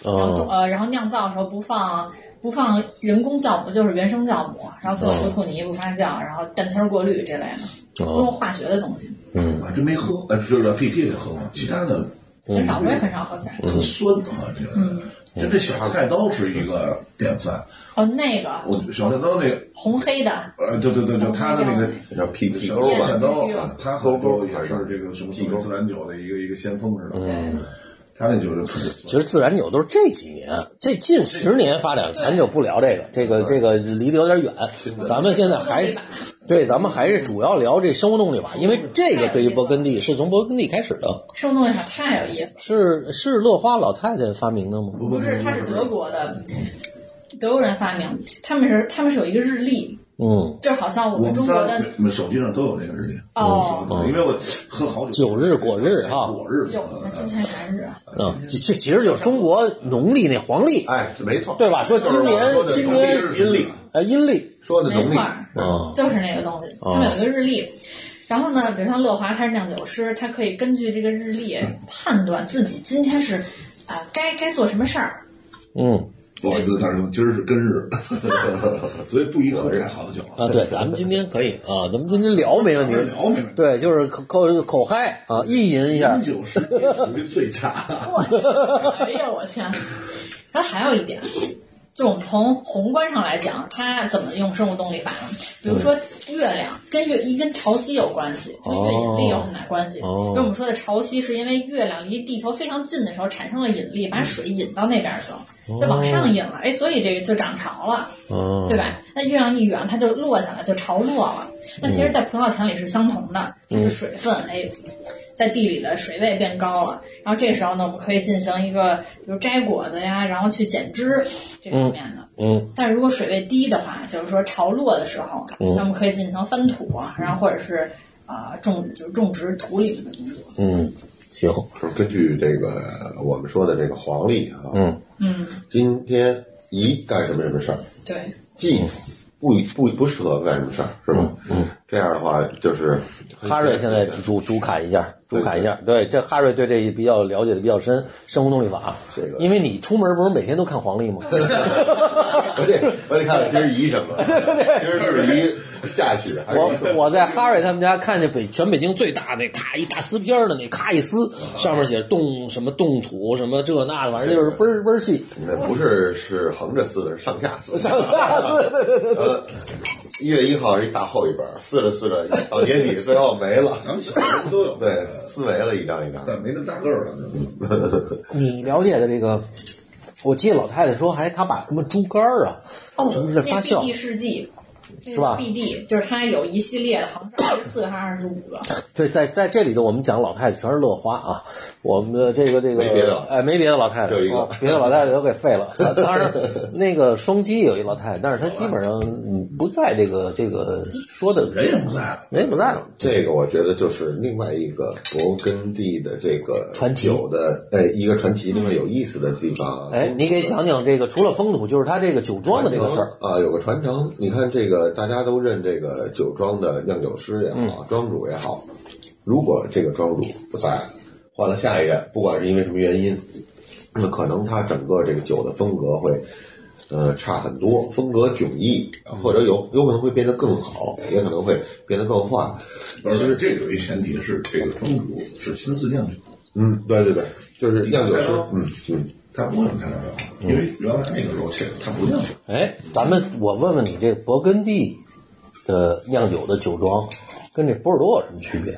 S3: 然后、
S1: 哦
S3: 呃然后酿造的时候不放不放人工酵母就是原生酵母，啊然后
S1: 哦
S3: 做水土泥不发酵，然后单丝儿过滤这类的，不用化学的东西，
S1: 嗯
S2: 我还真没喝，呃，就是 PP 没喝过，其他的
S1: 嗯
S3: 很少，我也很少喝起来。
S2: 很酸的哈，这
S3: 嗯
S2: 个。就这小菜刀是一个典范，
S3: 哦，那个
S2: 我小菜刀那个，
S3: 红黑的，
S2: 呃，对对对对，他的那
S3: 嗯
S2: 个
S4: 叫 PP
S2: 小
S4: 勾
S2: 小菜
S4: 吧，
S2: 刀啊，他和勾也是这个什么苏格自然酒的一个一个先锋似的，
S3: 嗯
S2: 他那就是特别酸
S1: 其实自然酒都是这几年，这近十年发展，咱就不聊这个，这个这个离得有点远。咱们现在还
S3: 生活动力吧
S1: 对，咱们还是主要聊这生活动力吧，因为这个对于勃艮第是从勃艮第开始的，
S3: 生动一下太有意思了。
S1: 是是落花老太太发明的吗？
S2: 不
S3: 不是，它是德国的，德国人发明，他们是他们是有一个日历，
S1: 嗯，
S3: 就好像我
S2: 我
S3: 们
S2: 们
S3: 中
S2: 家
S3: 国的
S2: 我们手机上都有这个日历，
S3: 哦
S2: 嗯因为我喝好酒，
S1: 九日果日哈
S2: 果日嗯
S3: 有，那今天啥日啊？
S1: 啊，这这其实就是中国农历那黄历，
S4: 哎，没错，
S1: 对吧说今年
S4: 就是我说的
S1: 今
S4: 农历
S1: 年
S4: 是阴历，
S1: 呃，阴历
S4: 说的
S3: 没
S4: 农历
S3: 错儿，
S1: 啊，
S3: 就是那个东西，
S1: 哦
S3: 他们有一个日历。然后呢，比如像乐华，他是酿酒师，他可以根据这个日历判断自己今天是啊、该该做什么事儿。
S1: 嗯
S2: 不好意思，大师兄，今儿是 根日，所以不宜喝太好的酒
S1: 啊，对，咱们今天可以啊，咱们今天聊没问题，
S2: 聊没问题。
S1: 对，就是口口口嗨啊，意淫一下
S2: 饮，酒是属于最差，
S3: 哎呦我天！然后还有一点，就我们从宏观上来讲，它怎么用生物动力法呢？比如说月亮跟月一跟潮汐有关系，跟月引力有很大关系。比
S1: 哦
S3: 如我们说的潮汐，是因为月亮离地球非常近的时候产生了引力，
S1: 嗯
S3: 把水引到那边去了，
S1: 哦
S3: 就往上引了，哎，所以这个就涨潮了。
S1: 嗯，
S3: 对吧？那月亮一圆，它就落下来，就潮落了。那其实，
S1: 嗯
S3: 在葡萄田里是相同的，它是水分，哎，在地里的水位变高了。然后这时候呢，我们可以进行一个，比如摘果子呀，然后去剪枝这方面的。
S1: 嗯
S3: 但是如果水位低的话，就是说潮落的时候，
S1: 嗯
S3: 那我们可以进行翻土啊，然后或者是啊、呃种就是种植土里面的工作。
S1: 嗯，行，
S4: 就是根据这个我们说的这个黄历啊，
S1: 嗯
S3: 嗯，
S4: 今天宜干什么什么事儿，
S3: 对，
S4: 忌不不不适合干什么事儿，是吧？嗯，这样的话就是
S1: 哈瑞现在主主砍一下，主砍一下。对，这哈瑞对这比较了解的比较深，生物动力法。
S4: 这个
S1: 因为你出门不是每天都看黄历吗？
S4: 我得我得看看今儿 宜什么，今儿是宜下雪还是宜
S1: 我我在哈瑞他们家看见北全北京最大那咔一大撕片儿的那咔一撕，上面写动什么动土什么这那的，反正就是倍儿倍儿细。
S4: 那不是是横着撕的，是上下撕的。
S1: 上下撕对对对
S4: 呃，一月一号是一大厚一本，撕着撕着到年底最后没了。
S2: 咱们小时候都有，
S4: 对，撕没了一张一张。
S2: 但没那么大个儿了。
S1: 你了解的这个，我记得老太太说还她把什么猪肝儿啊，
S3: 哦，
S1: 什么
S3: 这
S1: 是发
S3: BD
S1: 酵，
S3: 世纪。这
S1: 是
S3: 个
S1: 吧
S3: BD 就是它有一系列的，好像是二十四还是二十五个，
S1: 对，在在这里头我们讲老太太全是乐花啊，我们的这个这个
S4: 没别的了
S1: 哎，没别的老太太，
S4: 只有一个
S1: 哦别的老太太都给废了。 啊当然，那个双击有一老太太，但是她基本上嗯不在这个这个说的
S2: 人也不在了，
S1: 人也不在了。
S4: 这个我觉得就是另外一个勃艮第的这个
S1: 传奇
S4: 酒的，哎，一个传奇，另外有意思的地方啊。
S1: 哎，你给讲讲这个，除了风土，就是他这个酒庄的这个事儿。
S4: 啊，有个传承。你看这个，大家都认这个酒庄的酿酒师也
S1: 嗯
S4: 好，庄主也好。如果这个庄主不在，换了下一任，不管是因为什么原因，那可能他整个这个酒的风格会。呃，差很多，风格迥异，或者有有可能会变得更好，也可能会变得更坏。
S2: 不是，这个有一前提是这个庄主是新四酿酒，
S4: 嗯，对对对，就是酿酒师，嗯嗯，
S2: 他不会有开大表，因为原来那个时候这个他不酿酒，
S1: 哎，咱们我问问你，这勃艮第的酿酒的酒庄跟这波尔多有什么区别？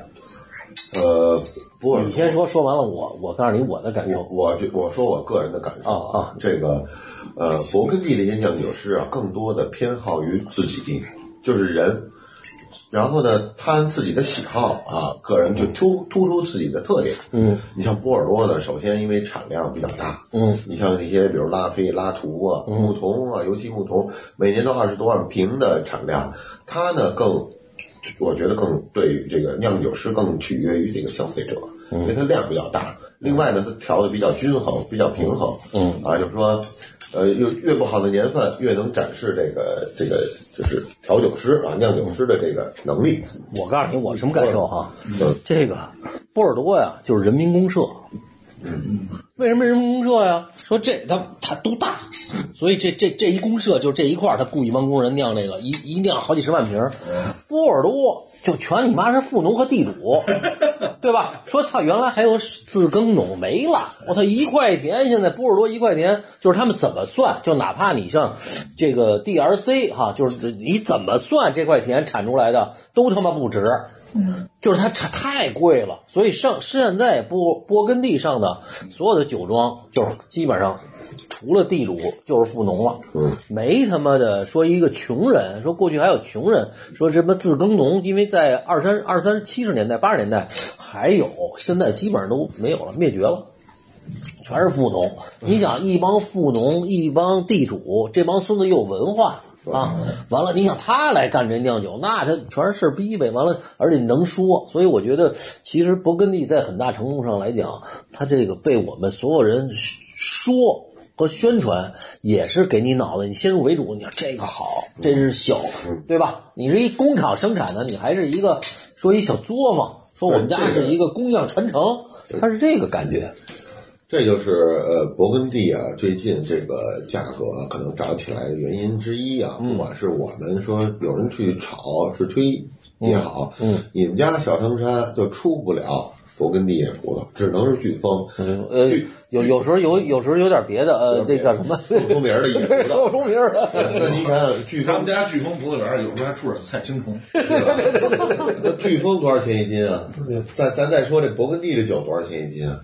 S4: 呃，不过
S1: 你先说，说完了我我告诉你我的感
S4: 我
S1: 受。
S4: 我就我说我个人的感受
S1: 啊啊，
S4: 这个呃，勃艮第的一些酿酒师啊，更多的偏好于自己，就是人。然后呢，他按自己的喜好啊，个人就突突出自己的特点。嗯，你像波尔多呢，首先因为产量比较大。嗯，你像那些比如拉菲、拉图啊、牧童啊，尤其牧童，每年都二十多万瓶的产量，它呢更我觉得更对于这个酿酒师更取悦于这个消费者，因为它量比较大。另外呢，它调的比较均衡，比较平衡。嗯啊，就是说，呃，越越不好的年份，越能展示这个这个就是调酒师啊、酿酒师的这个能力。
S1: 我告诉你我什么感受哈、
S4: 嗯
S1: 这个波尔多呀，就是人民公社，为什么人工社呀？说这他他都大，所以这这这一公社就这一块儿，他雇一帮工人酿这个，一一酿好几十万瓶儿。波尔多就全你妈是富农和地主，对吧？说操，原来还有自耕农没了，我操，一块钱现在波尔多一块钱，就是他们怎么算？就哪怕你像这个 DRC 哈，就是你怎么算这块田产出来的都他妈不值。就是它太太贵了，所以上现在波勃艮第上的所有的酒庄，就是基本上除了地主就是富农了，没他妈的说一个穷人，说过去还有穷人，说什么自耕农，因为在二三二三七十年代八十年代还有，现在基本上都没有了，灭绝了。全是富农，你想一帮富农，一帮地主，这帮孙子又有文化啊！完了，你想他来干这酿酒，那他全是事儿逼呗。完了，而且能说，所以我觉得其实勃艮第在很大程度上来讲，他这个被我们所有人说和宣传，也是给你脑子你先入为主，你说这个好，这是小，对吧？你是一工厂生产的，你还是一个说一小作坊，说我们家是一个工匠传承，它是这个感觉。
S4: 这就是呃，勃艮第啊，最近这个价格可能涨起来的原因之一啊。
S1: 嗯
S4: 不管是我们说有人去炒去推也好，嗯，你们家小藤山就出不了勃艮第的葡萄，只能是飓风，
S1: 呃，有有时候有有时候有点别的，呃，那叫什 么？
S4: 不出名儿的野葡萄。
S1: 说不出名儿了。
S4: 那你想想，飓
S2: 咱
S4: 风
S2: 们家飓风葡萄园有时候还出点菜青虫，
S4: 那飓风多少钱一斤啊？咱咱再说这勃艮第的酒多少钱一斤啊？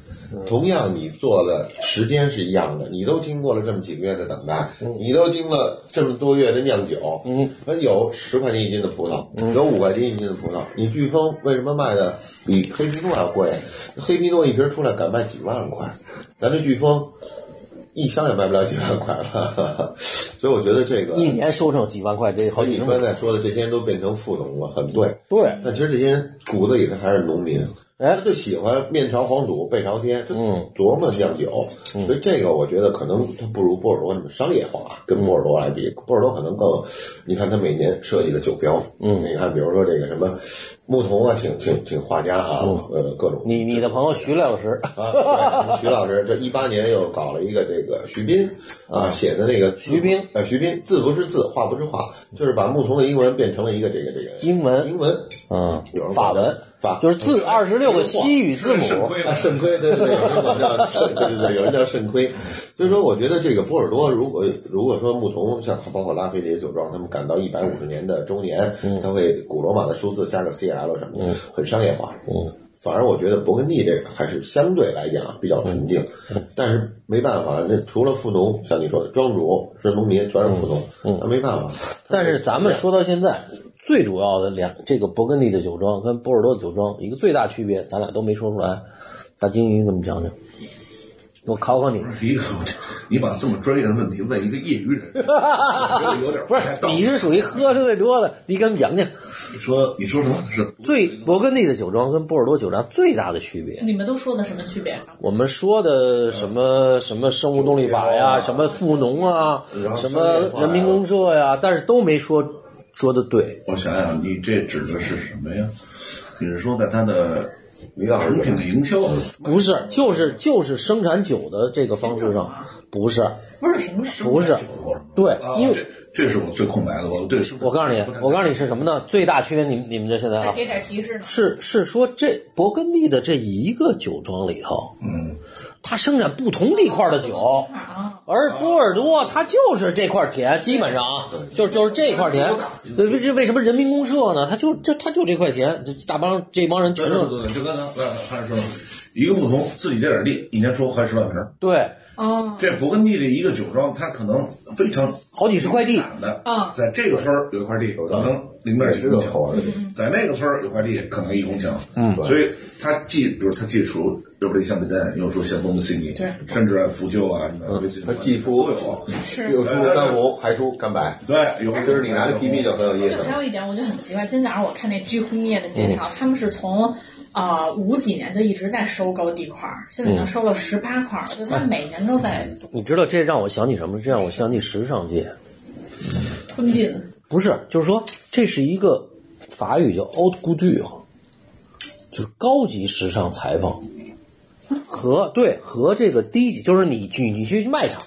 S4: 同样，你做的时间是一样的，你都经过了这么几个月的等待，你都经了这么多月的酿酒，嗯，那有十块钱一斤的葡萄，有五块钱一斤的葡萄，你飓风为什么卖的比黑皮诺要贵？黑皮诺一瓶出来敢卖几万块，咱这飓风一箱也卖不了几万块了， 所以我觉得这个
S1: 一年收成几万块，这好
S4: 和
S1: 几
S4: 你
S1: 十
S4: 刚
S1: 万。
S4: 才说的，这些人都变成富农了，很对。
S1: 对，
S4: 但其实这些人骨子里头还是农民，
S1: 哎
S4: 他就喜欢面朝黄土背朝天，就
S1: 嗯
S4: 琢磨酿酒。所以这个我觉得可能他不如波尔多那么商业化，跟波尔多来
S1: 嗯
S4: 比，波尔多可能更，你看他每年设计的酒标，嗯，你看比如说这个什么牧童啊，请请请画家啊，呃，各种
S1: 嗯你你的朋友徐亮老师，
S4: 啊，对徐老师这一八年又搞了一个这个徐斌啊写的那个
S1: 嗯徐斌，
S4: 呃，徐斌字不是字，画不是画，就是把牧童的英文变成了一个这个这个
S1: 英文
S4: 英文
S1: 嗯
S4: 有人，
S1: 法嗯
S4: 管
S1: 文，
S4: 法嗯
S1: 就是字二十六个西语字
S2: 肾
S1: 母。
S2: 亏
S4: 啊，
S2: 了。
S4: 肾亏， 对对对，有人管 叫肾，对对对，有人叫肾亏。所以说，我觉得这个波尔多，如果如果说牧童像包括拉菲这些酒庄，他们赶到一百五十年的周年，
S1: 嗯
S4: 他会古罗马的数字加个 CL 什么的，很商业化。嗯，反而我觉得勃艮第这个还是相对来讲比较纯净，
S1: 嗯
S4: 但是没办法，那除了富农，像你说的庄主是农民，全是富
S1: 嗯
S4: 农，那没办法。
S1: 但是咱们说到现在，最主要的两这个勃艮第的酒庄跟波尔多的酒庄一个最大区别，咱俩都没说出来。大金鱼怎么讲讲？我考考你，
S2: 一个，你把这么专业的问题问一个业余人，我觉得有点
S1: 不是
S2: 太道
S1: 你
S2: 理。
S1: 是属于喝的最多的，你给我们讲讲
S2: 你说你说什么是
S1: 最勃艮第的酒庄跟波尔多酒庄最大的区别。
S3: 你们都说的什么区别啊？
S1: 我们说的什么什么生物动力法呀，什么富农啊
S4: 然，后
S1: 什
S4: 商业化呀
S1: 么人民公社呀，但是都没说说的对。
S2: 我想想，你这指的是什么呀？你是说在它的
S4: 李老师
S2: 产品的营销？
S1: 不是，就是就是生产酒的这个方式上，不是，
S3: 不是什么什么
S1: 不是，对
S2: 啊，，
S1: 因为
S2: 这这是我最空白的，我对生产
S1: 我告诉你
S2: 不太，
S1: 我告诉你是什么呢？最大区别，你们你们这现在
S3: 再
S1: 啊，
S3: 给点提示呢？
S1: 是是说这勃艮第的这一个酒庄里头，
S2: 嗯，
S1: 它生产不同地块的酒。
S3: 啊，
S1: 而波尔多它就是这块田，基本上啊，就是就是这块田。对为这为什么人民公社呢？它就这它就这块田，这大帮这帮人全
S2: 对对
S1: 都
S2: 对对，就刚才刚才说了，一个牧童自己这点地，一年出快十万瓶儿。
S1: 对，
S3: 嗯，
S2: 这勃艮第的一个酒庄，它可能非常
S1: 好几十块地
S2: 散的，
S3: 嗯
S2: 在这个村儿有一块地，可能零点几
S4: 这
S2: 公
S4: 个
S2: 顷，
S4: 好玩的，
S2: 在那个村儿有块地可能一公顷，嗯，所以它既比如它既属又不是香槟丹，又属香槟的悉尼，
S3: 对
S2: 甚至福州啊，
S4: 它既富
S2: 都有，
S3: 是
S4: 又出干红，还出干白，
S2: 对，有
S4: 就是你拿这 PP 就很有意思
S3: 就
S4: 了
S3: 还。有一点，我觉得很奇怪。今天早上我看那知乎面的介
S1: 嗯
S3: 绍，他们是从呃五几年就一直在收购地块儿，现在已经
S1: 嗯
S3: 收了十八块儿，就他们每年都在
S1: 你知道这让我想起什么？这让我想起时尚界，
S3: 吞并。
S1: 不是，就是说这是一个法语叫 haute couture，就是高级时尚裁缝。和对和这个低级，就是你去你去卖场，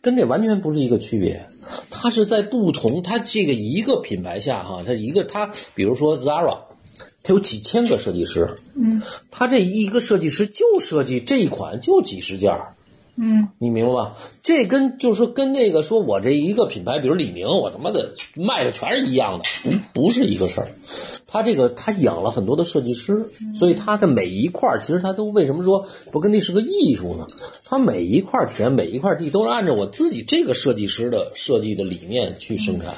S1: 跟这完全不是一个区别。它是在不同，它这个一个品牌下哈，它一个它，比如说 Zara，它有几千个设计师，
S3: 嗯
S1: 它这一个设计师就设计这一款就几十件儿
S3: 嗯
S1: 你明白吧？这跟就是说跟那个说我这一个品牌，比如李宁，我他妈的卖的全是一样的，不不是一个事儿。他这个他养了很多的设计师，所以他的每一块儿，其实他都为什么说勃艮第是个艺术呢？他每一块田，每一块地都是按照我自己这个设计师的设计的理念去生产，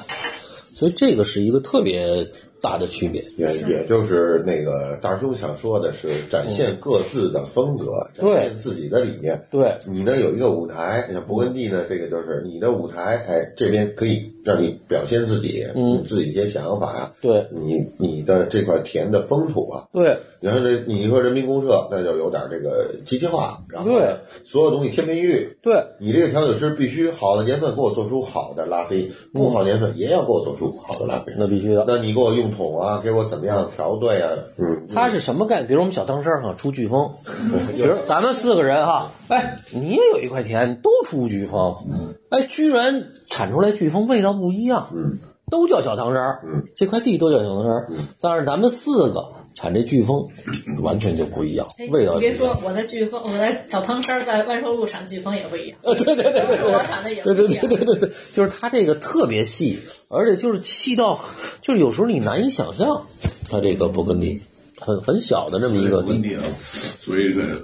S1: 所以这个是一个特别大的区别。
S4: 也也就是那个大师兄想说的是，展现各自的风格，
S1: 对
S4: 展现自己的理念。
S1: 对，
S4: 你呢有一个舞台，像勃艮第呢，这个就是你的舞台，哎，这边可以让你表现自己，
S1: 嗯
S4: 你自己一些想法呀、
S1: 对
S4: 你你的这块田的风土啊。
S1: 对，
S4: 然后这你说人民公社，那就有点这个集体化，然后呢所有东西天偏遇。
S1: 对，
S4: 你这个调酒师必须好的年份给我做出好的拉菲，不好年份也要给我做出好的拉菲。
S1: 那必须的。
S4: 那你给我用桶啊，给我怎么样调兑啊？嗯，
S1: 他是什么概念？比如我们小汤山哈出飓风，比如咱们四个人哈，哎，你也有一块田，都出飓风，哎，居然产出来飓风味道不一样，
S4: 嗯，
S1: 都叫小汤山，
S4: 嗯，
S1: 这块地都叫小汤山，但是咱们四个产这飓风完全就不一样
S3: 哎，
S1: 味道
S3: 你别
S1: 就不一样
S3: 说，我在飓风，我在小汤山儿在万寿路产飓风也不一样，
S1: 呃，对对对对对，
S3: 我产的也不
S1: 对
S3: 一样
S1: 对对对对对，就是他这个特别细，而且就是细到，就是有时候你难以想象，他这个勃艮第很很小的这么一个
S2: 问
S1: 地，
S2: 题啊，所以这个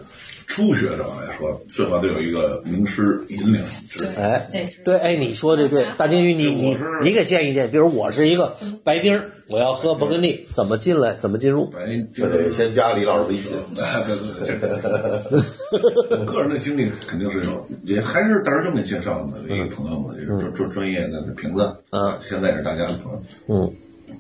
S2: 初学者来说，最好得有一个名师引领指导。
S1: 哎，
S3: 那是
S1: 对，哎，你说的对，大金鱼，你你
S2: 我是
S1: 你给建议建议，比如我是一个白丁儿，我要喝勃艮
S2: 嗯
S1: 第，怎么进来，怎么进入？
S2: 哎，这
S4: 这
S2: 个
S4: 嗯得先加李老师微信。
S2: 对对对，这 个人的经历肯定是有，也还是大师兄给介绍的一个朋友嘛，也是专专专业的瓶子
S1: 嗯
S2: 现在也是大家的朋友，
S1: 嗯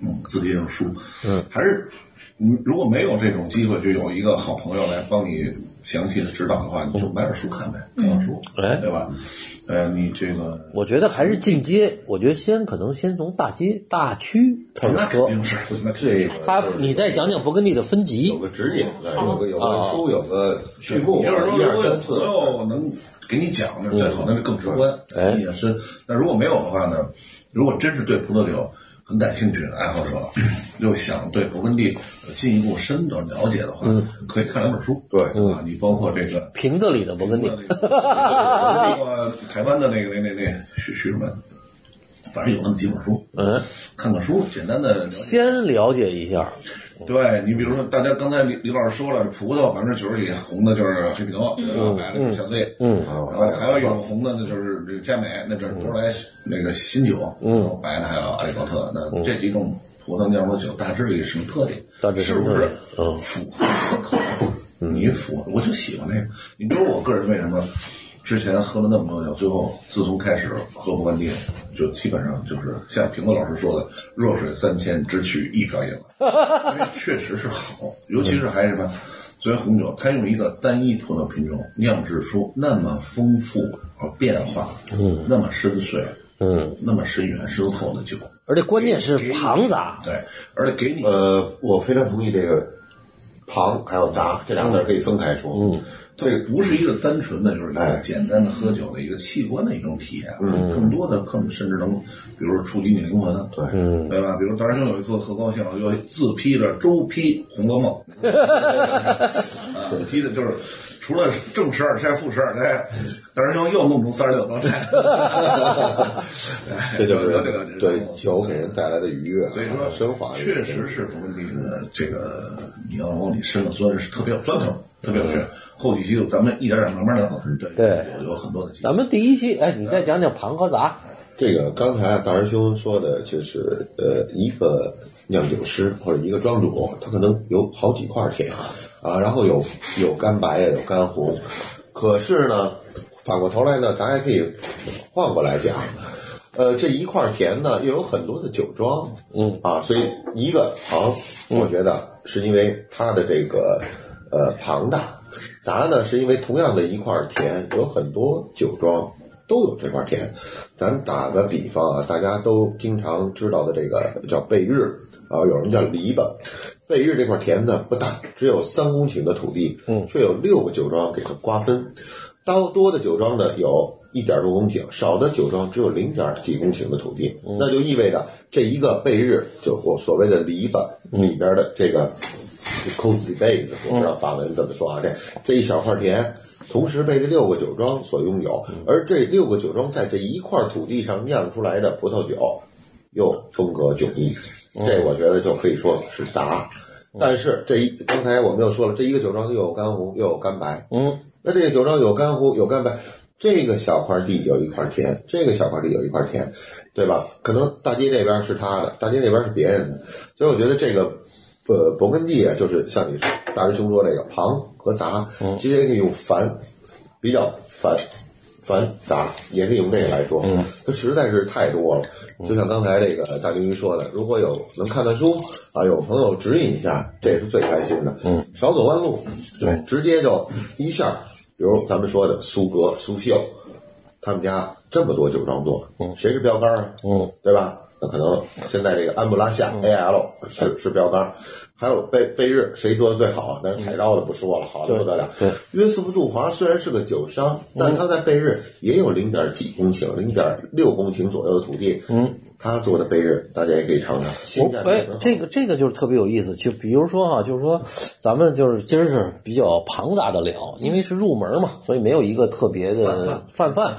S2: 嗯，自己也有书，嗯，还是你如果没有这种机会，就有一个好朋友来帮你详细的指导的话，你就买点书看呗，看看书，
S1: 哎
S2: 对吧？呃，你这个
S1: 我觉得还是进阶，我觉得先可能先从大街大区开始
S2: 那肯
S1: 喝。
S2: 定是那肯定
S4: 这
S2: 是
S4: 个
S1: 他，你再讲讲勃艮第的分
S4: 有
S1: 级，
S4: 个指引的，有个有
S1: 啊
S4: 个书，有个序幕，
S2: 你要是说
S4: 一
S2: 如
S4: 二
S2: 果有
S4: 三四嗯
S2: 朋。友能给你讲，那最好，那就更直观，
S1: 哎
S2: 也是。那如果没有的话呢？如果真是对葡萄酒很感兴趣的爱好者，又想对勃艮第有进一步深的了解的话，可以看两本书。
S4: 嗯对嗯
S2: 啊，你包括这个。
S1: 瓶子里的勃艮
S2: 那
S1: 第，
S2: 个包 括台湾的那个那那那徐徐什么，反正有那么几本书，
S1: 嗯，
S2: 看看书，简单的了解。
S1: 先了解一下，
S2: 对你比如说，大家刚才李李老师说了，这葡萄百分之九十几，红的就是黑皮诺，对吧？白的就是香醉，
S1: 嗯
S2: 然后还有一种红的，那就是这个佳美，那就是周
S1: 嗯
S2: 来那个新酒，然后白的还有阿里高特，那这几种葡萄酿的酒大致有什么特点？
S1: 嗯大致什
S2: 是
S1: 么
S2: 不
S1: 特
S2: 是
S1: 点嗯
S2: 符合你的口味？你符合，我就喜欢那个。你比如我个人为什么？之前喝了那么多酒，最后自从开始喝勃艮第，就基本上就是像平子老师说的“弱水三千，只取一瓢饮”了，因为哎确实是好，尤其是还是什么，作为红酒，它用一个单一葡萄品种酿制出那么丰富和变化，嗯，那么深邃，
S1: 嗯，
S2: 那么深远深厚的酒，
S1: 而且关键是庞杂，
S2: 对，而且给你
S4: 呃，我非常同意这个“庞”还有“杂”这两个字可以分开说。嗯，
S2: 它不是一个单纯的，就是一
S4: 哎
S2: 个简单的喝酒的一个器官的一种体验，嗯，更多的可能甚至能，比如说触及你灵魂，对，对吧？比如当时有一次喝高兴了，就自批了周批《红 楼梦》，啊，批的就是除了正十二钗、副十二钗，当时又弄出三十六道菜，哎
S4: 这就
S2: 了解了解
S4: 是对酒给人带来的愉悦，啊
S2: 所以说，
S4: 升华的一个
S2: 确实是勃艮第的这个，你要往里深了钻，是特别有钻头，
S1: 嗯
S2: 特别有趣。后几期咱们一点点慢慢聊，对
S1: 对
S2: 有有很多的机会。
S1: 咱们第一期，哎，你再讲讲庞和杂，
S4: 这个刚才大师兄说的，就是呃，一个酿酒师或者一个庄主，他可能有好几块田啊，然后有有干白呀，有干红，可是呢，反过头来呢，咱还可以换过来讲。呃，这一块田呢，又有很多的酒庄，嗯啊，所以一个庞，我觉得是因为它的这个呃庞大，咱呢是因为同样的一块田，有很多酒庄都有这块田。咱打个比方啊，大家都经常知道的这个叫贝日啊，有人叫篱笆。贝日这块田呢不大，只有三公顷的土地，嗯，却有六个酒庄给它瓜分。多多的酒庄呢有一点多公顷，少的酒庄只有零点几公顷的土地，那就意味着这一个贝日就我所谓的篱笆里边的这个 cozy base，我不知道法文怎么说啊，这这一小块田。同时被这六个酒庄所拥有，而这六个酒庄在这一块土地上酿出来的葡萄酒，又风格迥异。这我觉得就可以说是杂。但是这一刚才我们又说了，这一个酒庄又有干红又有干白，
S1: 嗯，
S4: 那这个酒庄有干红有干白，这个小块地有一块田，这个小块地有一块田，对吧？可能大街那边是他的，大街那边是别人的，所以我觉得这个。呃，勃艮第啊，就是像你大师兄说这个旁和杂，其实也可以用繁，比较繁繁杂，也可以用这个来说。
S1: 嗯
S4: 它实在是太多了，就像刚才这个大鲸鱼说的，如果有能看看书啊，有朋友指引一下，这也是最开心的。嗯，少走弯路，对，直接就一下，比如咱们说的苏格、苏绣，他们家这么多酒庄做，谁是标杆啊？
S1: 嗯，
S4: 对吧？那可能现在这个安布拉夏 AL 是是标杆，还有贝贝日谁做的最好？啊但是彩刀的不说了，好的不得了。
S1: 嗯对
S4: 约瑟夫·杜华虽然是个酒商，
S1: 嗯
S4: 但是他在贝日也有零点几公顷、零点六公顷左右的土地。嗯，他做的贝日大家也可以尝尝，性价比
S1: 哎
S4: 很好，。
S1: 这个这个就是特别有意思，就比如说哈、就是说咱们就是今儿是比较庞杂的聊，因为是入门嘛，所以没有一个特别的泛泛，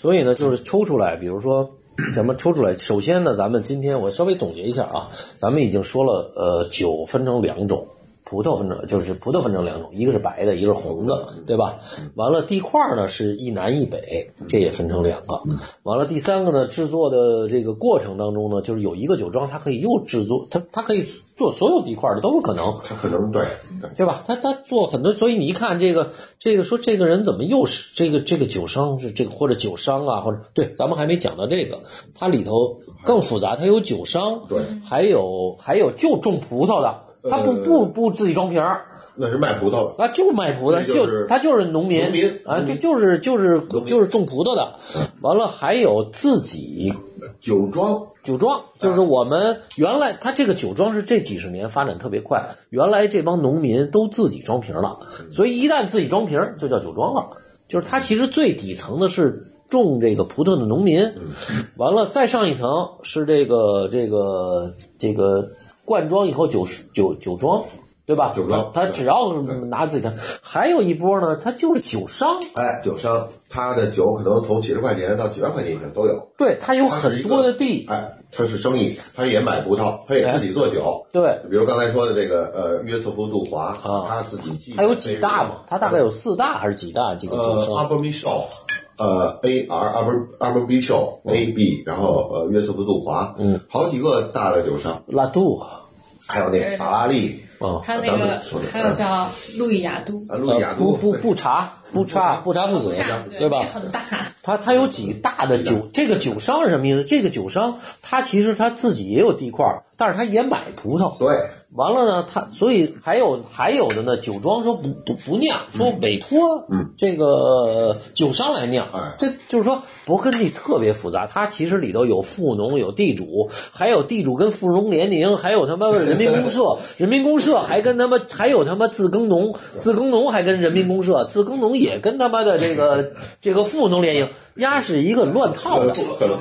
S1: 所以呢就是抽出来，比如说。 咱们抽出来，首先呢，咱们今天我稍微总结一下啊，咱们已经说了，呃，酒分成两种，葡萄分成就是葡萄分成两种，一个是白的，一个是红的，对吧？完了地块呢是一南一北，这也分成两个。完了第三个呢，制作的这个过程当中呢，就是有一个酒庄它可以又制作，它它可以做所有地块的都有可能，
S4: 他可能对，对
S1: 对吧？他他做很多，所以你一看这个这个说这个人怎么又是这个这个酒商是这个或者酒商啊，或者对，咱们还没讲到这个，它里头更复杂，它有酒商，
S4: 对，
S1: 还有还有就种葡萄的，他不
S4: 呃
S1: 不不自己装瓶儿。
S4: 那是卖葡萄的。
S1: 啊，就是卖葡萄，
S4: 那就
S1: 就是他就是农民
S4: 农民
S1: 啊，
S4: 农
S1: 就
S4: 民
S1: 就是就是就是种葡萄的，完了还有自己
S4: 酒庄
S1: 酒庄，就是我们原来他这个酒庄是这几十年发展特别快，原来这帮农民都自己装瓶了，
S4: 嗯
S1: 所以一旦自己装瓶就叫酒庄了。就是他其实最底层的是种这个葡萄的农民，
S4: 嗯
S1: 完了再上一层是这个这个这个灌装以后酒酒酒庄。对吧？
S4: 酒庄
S1: 他只要是拿自己的，还有一波呢，他就是酒商，
S4: 哎，酒商他的酒可能从几十块钱到几万块钱一瓶都有。
S1: 对他有很多的地，
S4: 哎，他是生意，他也买葡萄，他也自己做酒。
S1: 对，
S4: 比如刚才说的这个呃，约瑟夫·杜华，
S1: 哎啊
S4: 他自己记
S1: 他有几大嘛？他大概有四大还是几大？几个酒
S4: 呃
S1: 商？
S4: ，Upper Michel，呃，A R Upper Upper Michel
S1: 嗯
S4: A B，然后呃，约瑟夫·杜华，嗯，好几个大的酒商，
S1: 拉杜，
S4: 还有那个法拉利，
S1: 啊，
S3: 还有那
S4: 咱
S3: 个
S4: 们说的
S3: 还有叫路易哦雅都，
S4: 啊，路易亚
S1: 呃不
S4: 都，
S1: 不不查不查不查父
S3: 不
S1: 子
S3: 是啊，
S1: 对吧
S3: 那？很大，
S1: 他他有几大的酒，这个酒商是什么意思？这个酒商他其实他自己也有地块儿，但是他也买葡萄。
S4: 对，
S1: 完了呢，他所以还有还有的呢，酒庄说不不不酿，说委托这个酒商来酿。
S4: 哎
S1: 这就是说勃艮第特别复杂，它其实里头有富农，有地主，还有地主跟富农联营，还有他妈人民公社，人民公社还跟他妈还有他妈自耕农，自耕农还跟人民公社，自耕农也跟他妈的这个这个富农联营，丫是一个乱套的。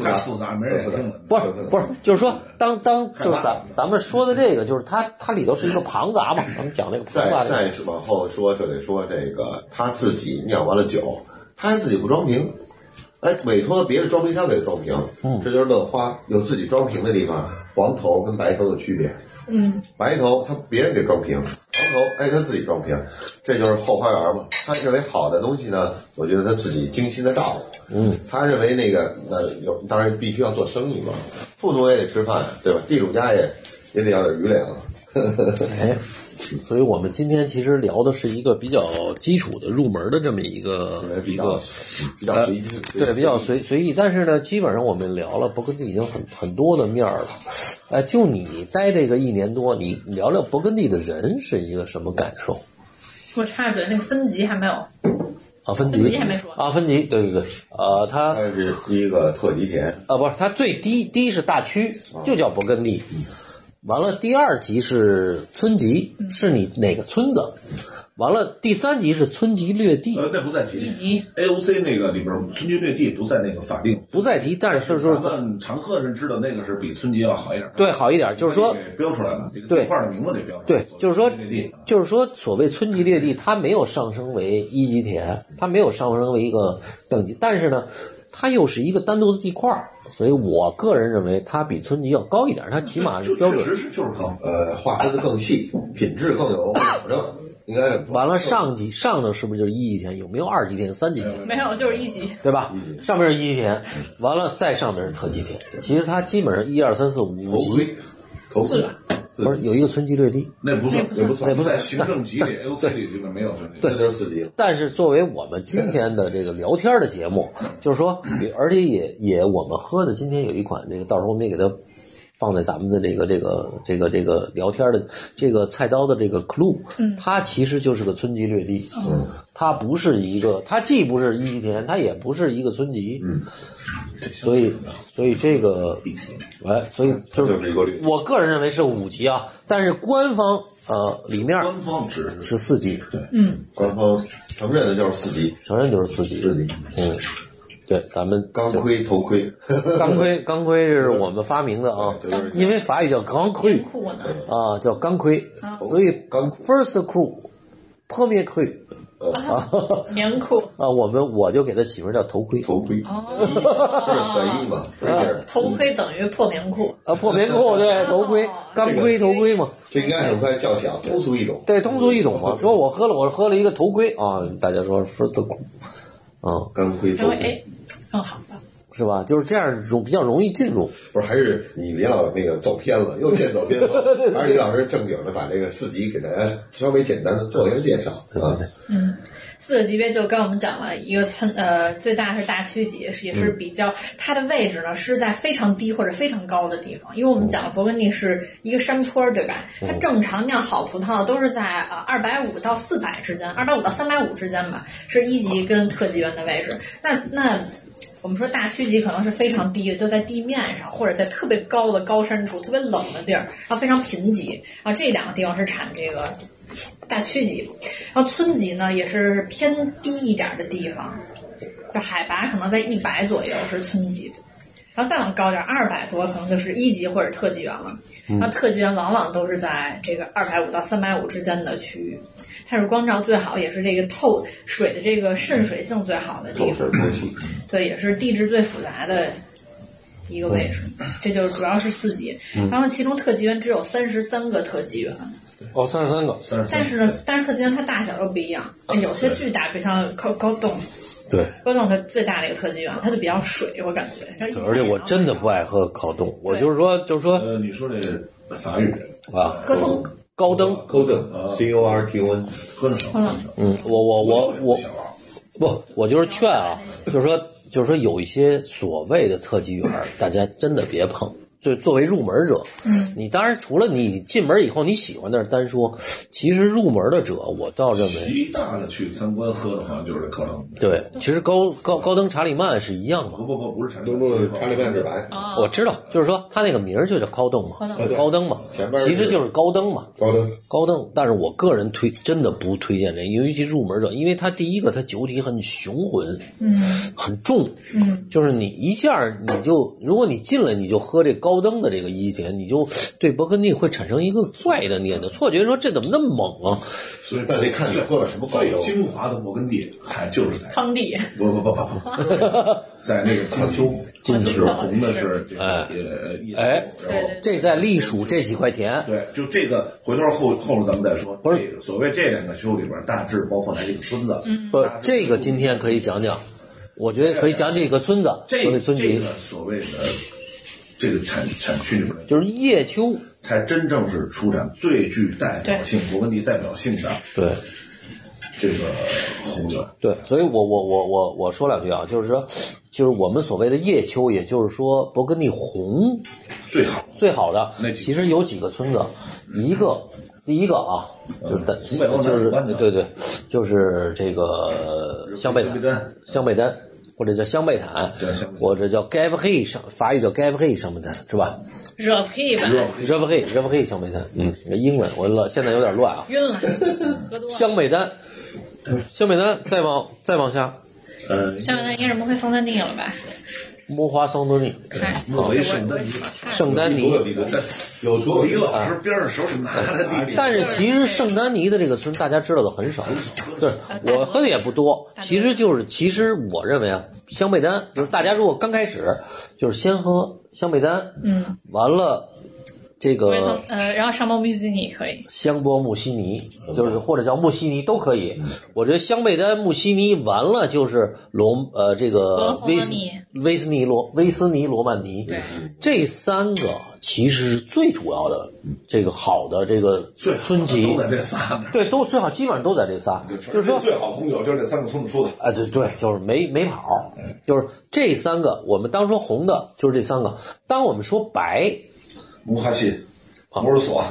S2: 太复杂，没人也听了。
S1: 不是不是，就是说，当当就是咱咱们说的这个，就是它它里头是一个庞杂嘛，咱们讲这个庞杂
S4: 再
S1: 这个，
S4: 再往后说，就得说这个他自己酿完了酒，他还自己不装瓶，哎，委托别的装瓶商给他装瓶，嗯，这就是乐花有自己装瓶的地方，黄头跟白头的区别，
S3: 嗯，
S4: 白头他别人给装瓶，黄头哎他自己装瓶，这就是后花园嘛。他认为好的东西呢，我觉得他自己精心的照顾，嗯，他认为那个那有当然必须要做生意嘛，富农也得吃饭，对吧？地主家也也得要点余粮。
S1: 哎，所以我们今天其实聊的是一个比较基础的入门的这么一个
S4: 比
S1: 一
S4: 较
S1: 个。
S4: 比较随机，
S1: 呃对，比较随随意，但是呢，基本上我们聊了勃艮第已经很很多的面儿了，呃，就你待这个一年多，你聊聊勃艮第的人是一个什么感受
S3: 我插一嘴，那个分级还没有，
S1: 啊？芬
S3: 芬
S1: 迪
S3: 迪还没说
S1: 啊，芬迪，对对对，呃，他
S4: 它是一个特级田，
S1: 呃啊，
S2: 哦嗯
S1: 不是，它最低低是大区，就叫勃艮第。完了第二集是村集，是你哪个村子？完了第三集是村级略地，
S2: 呃，那不在题
S3: 一级
S2: AOC 那个里边，村级略地不在那个法定。
S1: 不在提，但是就是说
S2: 咱们常客是知道那个是比村级要好一点。
S1: 对好一点，就是说
S2: 得标出来了，这个
S1: 对
S2: 地块的名字得标出来。
S1: 对，就是说
S2: 村级略地啊，
S1: 就是说所谓村级略地，它没有上升为一级田，它没有上升为一个等级，但是呢。它又是一个单独的地块儿，所以我个人认为它比村级要高一点，它起码是
S2: 就
S1: 标
S2: 确
S1: 准。
S2: 实是就是高。
S4: 呃，划分的更细，品质更有保证，应该这么说。
S1: 完了上级上头是不是就是一级田？有没有二级田、三级田？
S3: 没有，就是一级。
S1: 对吧？上面是一级嗯田，完了再上面是特级田。其实它基本上一二三四五
S4: 头盔
S1: 级，，
S4: 头
S3: 自
S4: 盔
S3: 个儿，
S1: 不是有一个村级略地，
S2: 那不算，
S4: 也不算，
S2: 不在行政级里 ，AOC 里基本没有村级。
S4: 这就是四级。
S1: 但是作为我们今天的这个聊天的节目，就是说，而且也也我们喝的今天有一款这个，到时候我们也给它放在咱们的这个这个这个这个聊天的这个菜刀的这个 clue，它其实就是个村级略地，它不是一个，它既不是一级田，它也不是一个村级，所以所以这个
S2: 一级
S1: 哎，所以就
S4: 就是是一个绿
S1: 我个人认为是五级啊，但是官方呃里面
S2: 官方只是
S1: 是四级，
S4: 官方承认的就是四级，
S1: 承认就是四级，
S4: 四级
S1: 嗯，对，咱们
S4: 钢盔、头盔，
S1: 钢盔，钢盔是我们发明的啊
S4: 对，
S1: 因为法语叫 grand cru
S3: 酷呢？
S4: 嗯
S1: 啊，叫钢盔，所以
S4: 钢
S1: first crew。破灭盔
S3: 棉裤、
S1: 啊，我们我就给它起名叫头盔
S4: 头盔，
S3: 哦
S4: 这是选一嘛，不是这样
S3: 头盔等于破棉裤。
S1: 啊，破棉裤 对头盔
S3: 哦，
S1: 钢盔头盔嘛，
S4: 这应该很快叫响，通俗易懂。
S1: 对，通俗易懂嘛。说我喝了，我喝了一个头
S4: 嗯
S1: 盔啊，大家说 first crew 啊，
S4: 钢盔、
S3: 因
S4: 头
S3: 为
S4: 盔，
S3: 哎，更好吧？
S1: 是吧？就是这样容比较容易进入。
S4: 不是还是你别老那个走偏了，又见走偏 了。还是李老师正经的把这个四级给大家稍微简单的做一个介绍啊。
S3: 四个级别就刚我们讲了一个村，呃，最大是大区级，是也是比较它的位置呢是在非常低或者非常高的地方，因为我们讲了勃艮第是一个山坡，对吧？它正常酿好葡萄都是在呃二百五到四百之间，二百五到三百五之间吧，是一级跟特级园的位置。那那我们说大区级可能是非常低的，就在地面上或者在特别高的高山处、特别冷的地儿，然后非常贫瘠，啊然后这两个地方是产这个大区级，然后村级呢也是偏低一点的地方，就海拔可能在一百左右是村级，然后再往高点二百多可能就是一级或者特级园了。然后特级园往往都是在这个二百五到三百五之间的区域，它是光照最好，也是这个透水的这个渗水性最好的地
S4: 透
S3: 方。
S4: 水透气，
S3: 对，也是地质最复杂的一个位置，
S1: 嗯
S3: 这就主要是四级。然后其中特级园只有三十三个特级园，
S1: 哦，三十三个，哦
S2: 三十
S3: 但是呢，但是特级园它大小又不一样，有些巨大，比如像高高洞，
S1: 对，
S3: 高洞它最大的一个特级园，它就比较水，我感觉。然后一
S1: 而且我真的不爱喝烤冻，我就是说，就是说
S2: 呃，你说这法语啊
S1: 啊，
S3: 合同
S1: 高登，
S4: c o d e C O R T O N，
S2: 喝着少，
S3: 嗯
S1: 嗯，我我我我
S2: 小啊王
S1: 不，我就是劝啊，就是说，就是说，有一些所谓的特级园儿，大家真的别碰。就作为入门者，
S3: 嗯
S1: 你当然除了你进门以后你喜欢那是单说，其实入门的者，我倒认为
S2: 极大的去参观喝的好像就是可能。
S1: 对，其实高高高登查理曼是一样嘛。
S2: 不不不，不是产
S4: 不是查理曼之白，
S3: 啊，
S1: 我知道，就是说他那个名儿就叫高登嘛
S3: 高登，
S4: 对
S1: 高登嘛
S4: 前边，是
S1: 其实就是高登嘛。
S4: 高登
S1: 高登，但是我个人推真的不推荐这个，尤其入门者，因为它第一个它酒体很雄浑，
S3: 嗯，
S1: 很重，
S3: 嗯，
S1: 就是你一下你就，如果你进来你就喝这高登的这个一级田，你就对勃艮第会产生一个怪的你的错觉，说这怎么那么猛啊？
S2: 所以
S4: 那得看你喝了什么高
S2: 最
S4: 油
S2: 精华的勃艮第，还就是在
S3: 康帝，
S2: 不不不不不，在那个金秋，
S3: 金秋
S2: 是红的是这个
S1: 哎
S2: 呃叶
S1: 哎
S2: 子
S3: 对
S2: 然后
S3: 对
S1: 这在隶属这几块田，
S2: 对，就这个，回头后后头咱们再说。
S1: 不是
S2: 这个所谓这两个修里边，大致包括哪几个村子？
S1: 不
S2: 大，致
S1: 这个今天可以讲讲，我觉得可以讲几个村子，
S2: 这
S1: 所
S2: 个
S1: 谓村
S2: 这
S1: 级
S2: 个，所谓的这个产产区里边的，
S1: 就是叶秋，
S2: 才真正是出产最具代表性、勃艮第代表性的
S1: 对。
S2: 这个红酒。
S1: 对，所以我我我我我说两句啊，就是说，就是我们所谓的叶秋，也就是说勃艮第红
S2: 最好
S1: 最好的
S2: 那，几
S1: 其实有几个村子，一个第一个啊，就是在
S2: 嗯从北往南
S1: 就是
S2: 走吧你
S1: 对对，就是这个香贝
S2: 香贝
S1: 丹
S2: 丹，
S1: 香贝丹。或者叫香贝坦
S2: 对香贝，丹
S1: 或者叫 g a v h e 上法语叫 g a v h e 上贝丹是吧？
S3: 热屁吧，
S1: 热不黑，热不黑小美丹，嗯，英文我老现在有点乱啊。
S3: 晕 了，喝多了。
S1: 香美丹，香美丹，再往再往下，
S2: 呃，
S3: 下面那应该是莫非桑丹尼了吧？
S1: 摸花桑多尼，
S3: 看，
S2: 莫非圣丹尼，
S1: 圣丹尼
S2: 多。有一个，但
S4: 有
S2: 我
S4: 多
S2: 一老师边上手里拿着那
S1: 但是其实圣丹尼的这个村大家知道的很少，对我喝的也不多。其实就是，其实我认为啊，香贝丹就是大家如果刚开始就是先喝香贝丹，
S3: 嗯，
S1: 完了这
S3: 莫非桑
S1: 个
S3: 呃，然后上包 music 你可以，
S1: 香波木西尼，就是或者叫木西尼都可以。
S2: 嗯
S1: 我觉得香贝丹、木西尼完了就是罗呃这个
S3: 罗
S1: 威
S3: 曼
S1: 斯
S3: 尼
S1: 威斯尼罗威斯尼罗曼尼，
S3: 对
S1: 这三个其实是最主要的这个好的这个
S2: 最好
S1: 村集。
S2: 都在这仨那儿。
S1: 对，都最好基本上都在这仨，就是说，
S2: 最好红酒就是这三个村子出的，
S1: 啊，对对，就是没没跑，就是这三个，我们当说红的，就是这三个；当我们说白，
S2: 木哈西、摩尔索啊，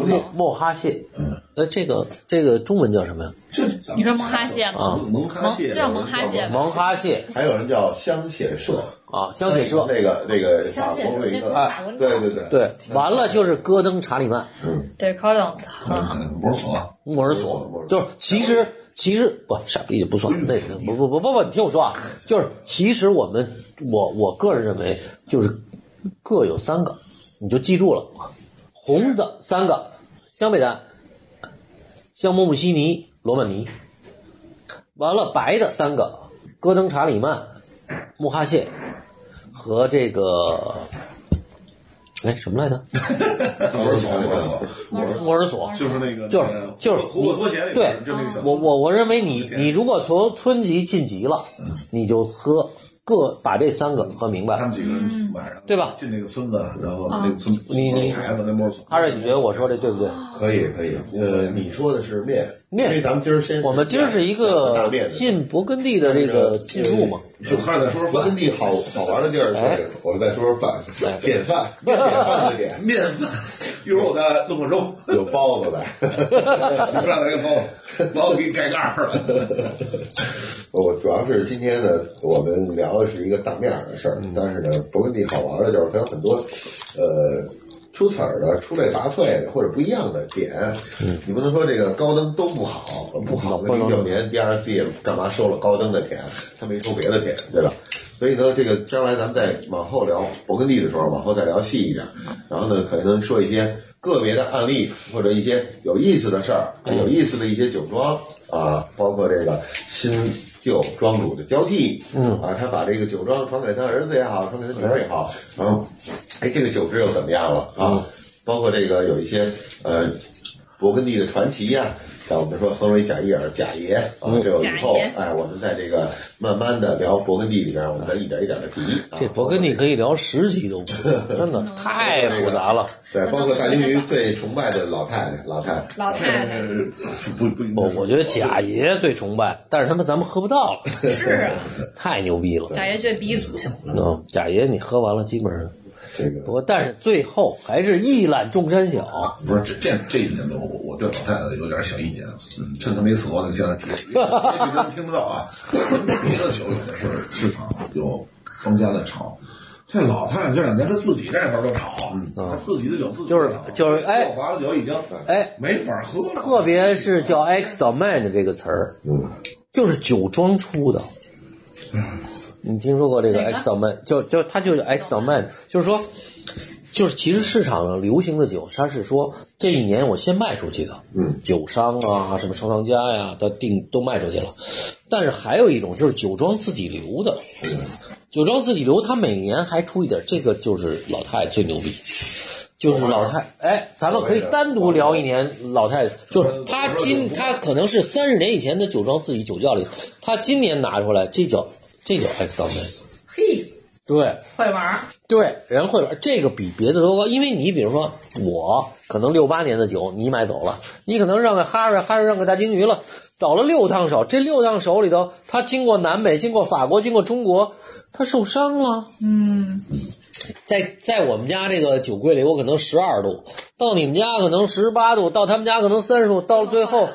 S3: 都
S2: 木
S1: 莫
S3: 走。
S1: 莫哈谢，
S2: 嗯
S1: 呃，这个这个中文叫什么呀？
S2: 这咱们
S3: 你说蒙哈谢吗？
S1: 啊
S2: 蒙哈
S3: 蒙
S2: 谢
S3: 这叫蒙哈谢吧？
S1: 蒙哈谢
S4: 还有人叫香榭社，
S1: 啊，香榭社，
S4: 那个那个
S3: 香
S4: 法
S3: 榭
S4: 国
S3: 社
S4: 的一
S3: 那不
S4: 个啊
S3: 是，法国
S4: 对
S3: 的
S4: 对对
S1: 对，完了就是戈登查理曼、
S3: 对 c o r d o n
S2: 嗯摩尔索啊，
S1: 莫尔索，就是其实其实不傻逼就不算， 那个不不不不不，你听我说啊，就是其实我们我我个人认为就是各有三个，你就记住了，红的三个，香贝丹、香姆姆西尼、罗曼尼，完了白的三个，戈登查理曼、穆哈谢和这个。哎，什么来着？
S2: 摩尔索，摩尔索，
S1: 莫尔索，
S2: 就是那个
S1: 就是
S2: 那个
S1: 就是
S2: 胡子拖鞋里边
S1: 对
S2: 儿，就那个小
S1: 我我我认为你
S2: 对
S1: 你如果从村级晋级了，你就喝各把这三个喝明
S2: 他
S1: 白。
S2: 们几个人晚上
S1: 对吧啊
S2: 进那个村子，然后那个村
S1: 你你
S2: 孩子那摩尔索，
S1: 二位，你觉得我说这对不对？
S4: 可以可以。呃，你说的是面
S1: 面
S4: 因为咱们今儿先
S1: 我们今儿是一个
S4: 大面的
S1: 进勃艮第的这个进入嘛，
S2: 就开始在说
S4: 勃
S2: 饭
S4: 艮第好好玩的地儿
S1: 哎
S4: 是，我们再说说饭
S1: 哎，
S4: 点饭，面点饭的点，
S2: 面饭，一会儿我再弄个肉，
S4: 有包子来。
S2: 你不让他给包，把我给盖盖儿了。
S4: 我主要是今天呢，我们聊的是一个大面儿的事儿，
S1: 嗯
S4: 但是呢，勃艮第好玩的就是它有很多，呃，出彩儿的、出类拔萃的或者不一样的点。你不能说这个高登都不好，不好
S1: 嗯
S4: 的
S1: 不能
S4: 零九年 DRC 干嘛收了高登的点，他没收别的点，对吧？所以呢，这个将来咱们再往后聊勃艮第的时候，往后再聊细一点，然后呢，可能说一些个别的案例或者一些有意思的事儿，有意思的一些酒庄啊，包括这个新旧庄主的交替，嗯啊，他把这个酒庄传给他儿子也好，传给他女儿也好，然后，哎，这个酒质又怎么样了啊？包括这个有一些呃勃艮第的传奇呀、像我们说亨利·贾伊尔贾爷啊，这个以后
S3: 贾爷
S4: 哎，我们在这个慢慢的聊勃艮第里边，我们再一点一点的提啊。
S1: 这勃艮第可以聊十集都不够，真的太复杂了。
S4: 对，包括大鲸鱼最崇拜的老太太，老太太。
S3: 老太太
S2: 不不应该
S1: 我
S2: 说，
S1: 哦我觉得贾爷最崇拜，但是他们咱们喝不到了，
S3: 是啊，
S1: 太牛逼了。
S3: 大爷觉得鼻祖行了。
S1: 嗯，贾爷你喝完了基本上，
S4: 这个
S1: 不过但是最后还是一览众山小。
S2: 不是这这这一年多，我我对老太太有点小意见，嗯，趁她没死，我得向她 提提，因为咱们听不到啊。别的酒有的是市场有庄家在炒，这老太太这两年她自己这块儿都炒，
S1: 嗯
S2: 她自己的酒自己
S1: 就是
S2: 炒
S1: 就是哎
S2: 耀华的酒已经
S1: 哎
S2: 没法喝了，
S1: 特别是叫 X domain 的这个词儿，
S4: 嗯，
S1: 就是酒庄出的。你听说过这个
S3: 哪个
S1: X domain？就就它就叫 X domain，就是说，就是其实市场上流行的酒，它是说这一年我先卖出去的，嗯，酒商啊，什么收藏家呀，它定都卖出去了。但是还有一种就是酒庄自己留的，酒庄自己留，它每年还出一点，这个就是老太最牛逼。就是老太，哎，咱们可以单独聊一年老太，就是她今她可能是三十年以前的酒庄自己酒窖里，她今年拿出来，这叫这叫 X 当真，
S3: 嘿，
S1: 对
S3: 会玩儿，
S1: 对，人会玩这个比别的都高，因为你比如说我可能六八年的酒你买走了，你可能让给哈瑞，哈瑞让给大金鱼了，倒了六趟手，这六趟手里头，他经过南美，经过法国，经过中国，他受伤了。
S3: 嗯，
S1: 在在我们家这个酒柜里，我可能十二度，到你们家可能十八度，到他们家可能三十度，到最后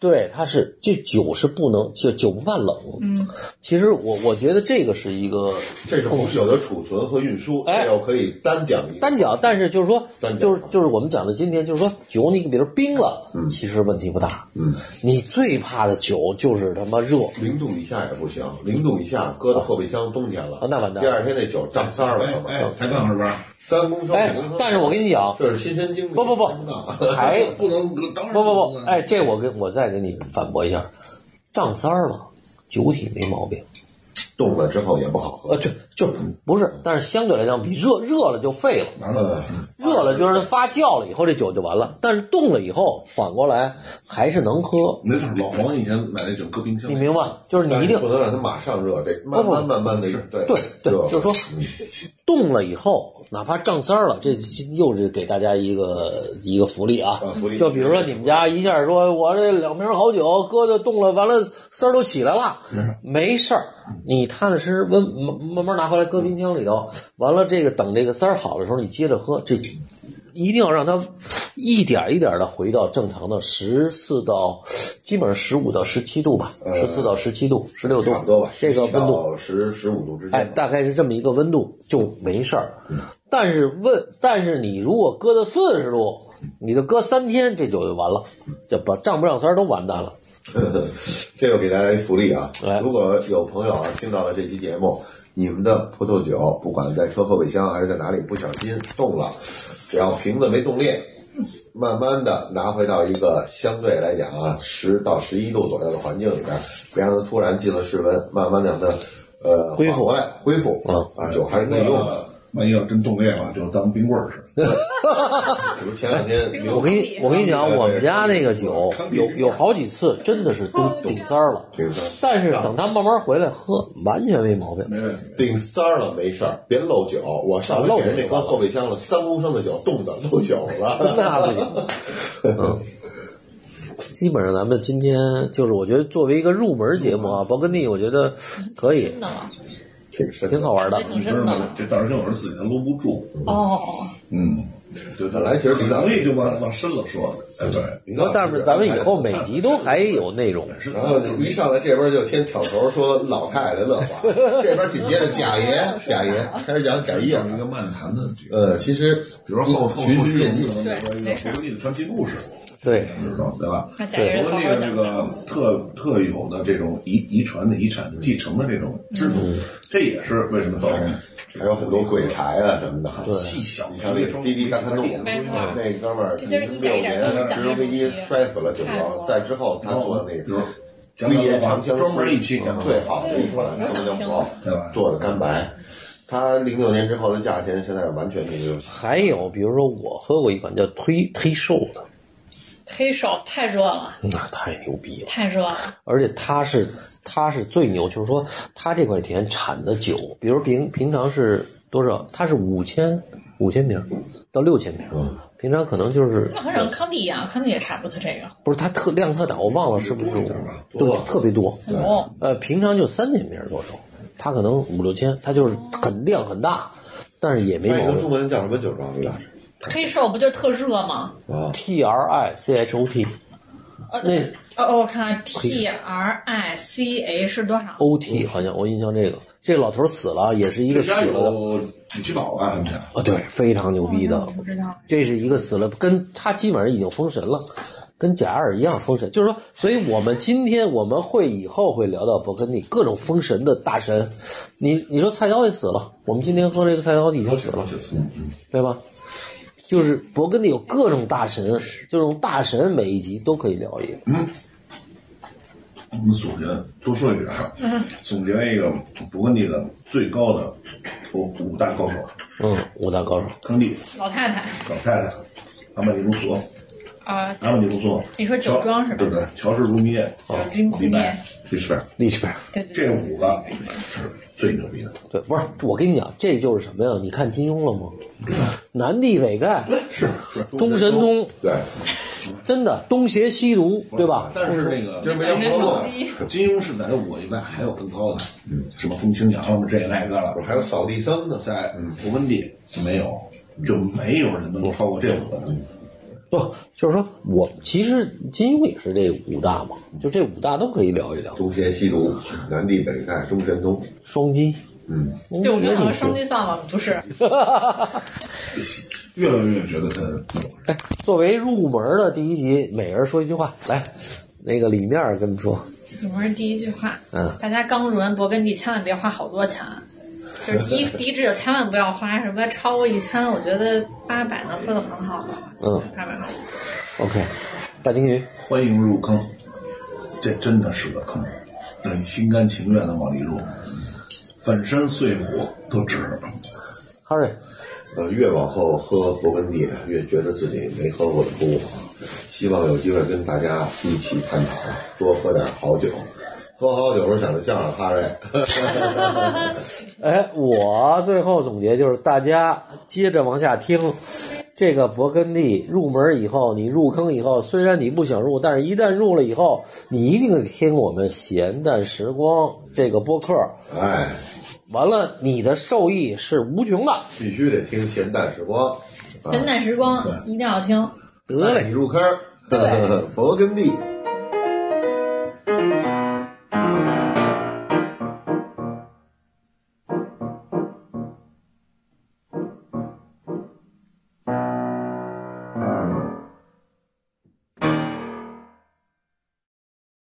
S1: 对，它是这酒是不能，就酒不怕冷。嗯，其实我我觉得这个是一个
S4: 这种有的储存和运输，
S1: 哎
S4: 这要可以单讲一个。
S1: 单讲，但是就是说
S4: 单，讲
S1: 就是就是我们讲的今天，就是说酒你比如冰了，其实问题不大。嗯，你最怕的酒就是他妈热，
S4: 零度以下也不行，零度以下搁到后备箱冬天了
S1: 啊，那完蛋
S4: 第二天那酒胀塞儿了，可能
S2: 哎，抬杠是吧？
S4: 三公升。
S1: 哎
S4: 五公升，
S1: 但是我跟你讲，
S4: 这是亲身经历。
S1: 不不不
S4: 真的，
S1: 还
S2: 不能，当
S1: 哎
S2: 然
S1: 不不
S2: 能
S1: 不，
S2: 啊
S1: 哎，这我跟我再给你反驳一下，胀三儿了，酒体没毛病，
S4: 冻了之后也不好喝
S1: 呃，。就就不是，但是相对来讲比热热了就废了。
S2: 完了，
S1: 热了就是发酵了以后，这酒就完了。但是冻了以后，缓过来还是能喝，
S2: 没事儿。老黄以前买那酒搁冰箱
S1: 你
S2: 里，
S1: 明白？就是你一定
S4: 但是不能让它马上热，得慢
S1: 不不
S4: 慢慢慢的对
S1: 对对，
S4: 热嗯
S1: 就是说冻了以后，哪怕胀三儿了，这这又是给大家一个一个福利啊
S4: 啊福利
S1: 就比如说你们家一下说，我这两瓶好酒搁着冻了，完了丝儿都起来了，
S4: 嗯
S1: 没事儿，你踏踏实实温慢慢慢拿回来搁冰箱里
S4: 嗯
S1: 头，完了这个等这个丝儿好的时候，你接着喝，这一定要让它一点一点的回到正常的十四到基本上十五到十七度吧，十四到十七度，十六度
S4: 嗯差不多吧。
S1: 这个温度
S4: 十十五度之
S1: 哎，
S4: 间吧。
S1: 大概是这么一个温度就没事儿。但是问，但是你如果搁到四十度，你就搁三天，这酒就完了，这不胀不胀三儿都完蛋了。
S4: 这又给大家一福利啊
S1: 哎！
S4: 如果有朋友啊听到了这期节目，你们的葡萄酒不管在车后备箱还是在哪里不小心冻了，只要瓶子没冻裂，慢慢的拿回到一个相对来讲啊十到十一度左右的环境里边，别让它突然进了室温，慢慢地让它呃
S1: 恢复
S4: 缓过来，恢复
S1: 嗯
S4: 啊酒还是可以用的。
S2: 哎万一要真冻裂了，就当冰棍儿吃。
S4: 比如前两天刘
S1: 我跟你我跟你讲，我们家那个酒有有好几次真的是都顶三儿了，
S4: 顶三儿
S1: 但是等他慢慢回来喝，完全没毛病。
S2: 没问题。
S4: 顶三儿了没事儿，别漏酒。我上回给人那关后备箱了，三公升的酒冻的漏酒 了。
S1: 那不行。嗯，基本上咱们今天就是，我觉得作为一个入门节目啊，勃艮第，我觉得可以，
S3: 真的吗？
S4: 挺深
S1: 挺好玩的。
S3: 挺
S2: 你知
S3: 深
S2: 道
S3: 的
S2: 吗
S3: 了？。
S2: 这大师兄有时候自己他搂不住，
S3: 哦，
S2: 嗯，对，
S4: 本来其实
S2: 很
S4: 挺大
S2: 容易就往往深了说，哎，对，
S4: 你看，
S1: 但是咱们以后每集都还有内容。
S2: 是
S4: 然后一上来这边就先挑头说老太太乐话，这边紧接着贾 爷
S3: 啊
S4: 贾爷开始讲贾
S2: 一
S4: 谊
S2: 有一个漫谈的这个，
S4: 呃，其实
S2: 比如说后后
S4: 循
S2: 后
S4: 序
S2: 续我
S4: 渐
S2: 们
S4: 进，
S2: 可能说一个勃艮第的传奇故事，
S1: 对，
S2: 知道对吧？
S3: 那假人
S2: 我
S3: 好
S2: 们
S3: 好
S2: 利用
S3: 讲
S2: 这
S3: 讲。
S2: 个特特有的这种遗遗传的遗产的继承的这种制度，这也是为什么造成
S4: 嗯还有很多鬼才啊什么的。
S2: 细小
S4: 你像那滴滴大看洞，
S2: 啊
S4: 啊那哥们儿
S3: 这就是一
S4: 六
S3: 点一点都
S4: 年
S3: 能
S4: 啊直升
S3: 讲这种
S4: 飞
S3: 题
S4: 摔死了九条，在之后他做的那
S2: 比
S4: 个
S2: 如。讲
S4: 绿
S2: 讲
S4: 叶
S2: 的话
S4: 长，相思
S2: 专门一期讲
S4: 最好的一款
S3: 嗯
S4: 四江佛，
S2: 对吧
S4: 做的干白，它零六年之后的价钱现在完全就是
S1: 还有比如说我喝过一款叫忒忒瘦的，
S3: 黑手太热了，
S1: 那太牛逼了，
S3: 太热了。
S1: 而且它是它是最牛，就是说它这块田产的酒，比如平平常是多少，它是五千五千瓶到六千瓶，
S4: 嗯
S1: 平常可能就是
S3: 那和咱们康帝一样，康帝也差不多这个。
S1: 不是它特量特大，我忘了是不是五，
S4: 多嗯
S1: 对，特别多。
S3: 哦，
S1: 呃，平常就三千瓶左右，它可能五六千，它就是很量很大，但是也没
S4: 翻译
S1: 毛
S4: 成
S1: 病
S4: 中。文叫什么酒庄？啊李老师
S3: 黑瘦不就特热吗？
S4: 啊，
S1: T R I C H O P，
S3: 呃
S1: 那
S3: 哦哦，我看看 T R I C H 是多少？
S1: O T 好像我印象这个，这老头死了也是一
S2: 这
S1: 个死
S2: 家
S1: 了嗯
S2: 有举气宝啊，他们家
S1: 啊，对，非常牛逼的
S3: 哦，不知道。
S1: 这是一个死了，跟他基本上已经封神了，跟贾尔一样封神，就是说，所以我们今天我们会以后会聊到勃艮第各种封神的大神，你你说菜刀也死了，我们今天喝这个菜刀已经死了，
S2: 嗯
S1: 对吧？就是勃艮第有各种大神，这种大神每一集都可以聊一个。
S2: 嗯我们总结多说一句啊，
S3: 嗯
S2: 总结一个勃艮第的最高的五五大高手：
S1: 嗯，五大高手，
S2: 康帝、
S3: 老太太
S2: 老太太、阿曼尼卢索、
S3: 啊，
S2: 阿曼尼卢索。
S3: 你说酒庄是吧
S2: 对不对？乔治·卢米耶、
S3: 就是军库
S2: 李白
S3: 面，、
S2: 李斯白，
S1: 利奇贝尔。
S3: 对对
S2: 这
S3: 对，
S2: 五个是最牛逼的。
S1: 对，不是我跟你讲，这就是什么呀？你看金庸了吗？南帝北丐
S2: 是是，
S1: 东神通，
S4: 对，
S1: 真的东邪西毒，对吧？
S2: 但是那个
S4: 这没
S3: 应该
S4: 有
S3: 手
S4: 喝
S3: 机。
S2: 金庸是在我以外还有更高的，什么风清扬了嘛，这个那个了，
S4: 还有扫地僧呢，
S2: 嗯在勃艮第就没有，就没有人能超过这五个人。
S1: 不，就是说我其实金庸也是这五大嘛，就这五大都可以聊一聊。
S4: 东邪西毒，南帝北丐中神通，
S1: 双击，
S4: 嗯，
S3: 对，我
S1: 觉
S3: 们好像升级算了，不是？
S2: 越来越觉得他
S1: 哎，作为入门的第一集，每人说一句话，来，那个李面儿跟我们说，
S3: 我们是第一句话，
S1: 嗯
S3: 大家刚入完勃艮第，千万别花好多钱。啊就是 第一第一支酒千万不要花什么超过一千，我觉得八百能喝的很好了，
S1: 嗯，
S3: 八百好。
S1: ，OK，大金鱼，
S2: 欢迎入坑，这真的是个坑，让你心甘情愿的往里入，粉身碎骨都值。
S1: 哈瑞，
S4: 呃，越往后喝勃艮第，越觉得自己没喝过的多。希望有机会跟大家一起探讨，多喝点好酒。喝好酒时候想着相声哈瑞，
S1: 哎，我最后总结就是，大家接着往下听。这个勃艮第入门以后，你入坑以后，虽然你不想入，但是一旦入了以后，你一定得听我们闲淡时光这个播客。
S4: 哎，
S1: 完了，你的受益是无穷的。
S4: 必须得听咸淡时光。
S1: 嗯
S3: 闲淡时光一定要听。
S1: 得
S4: 带你入坑，勃艮第。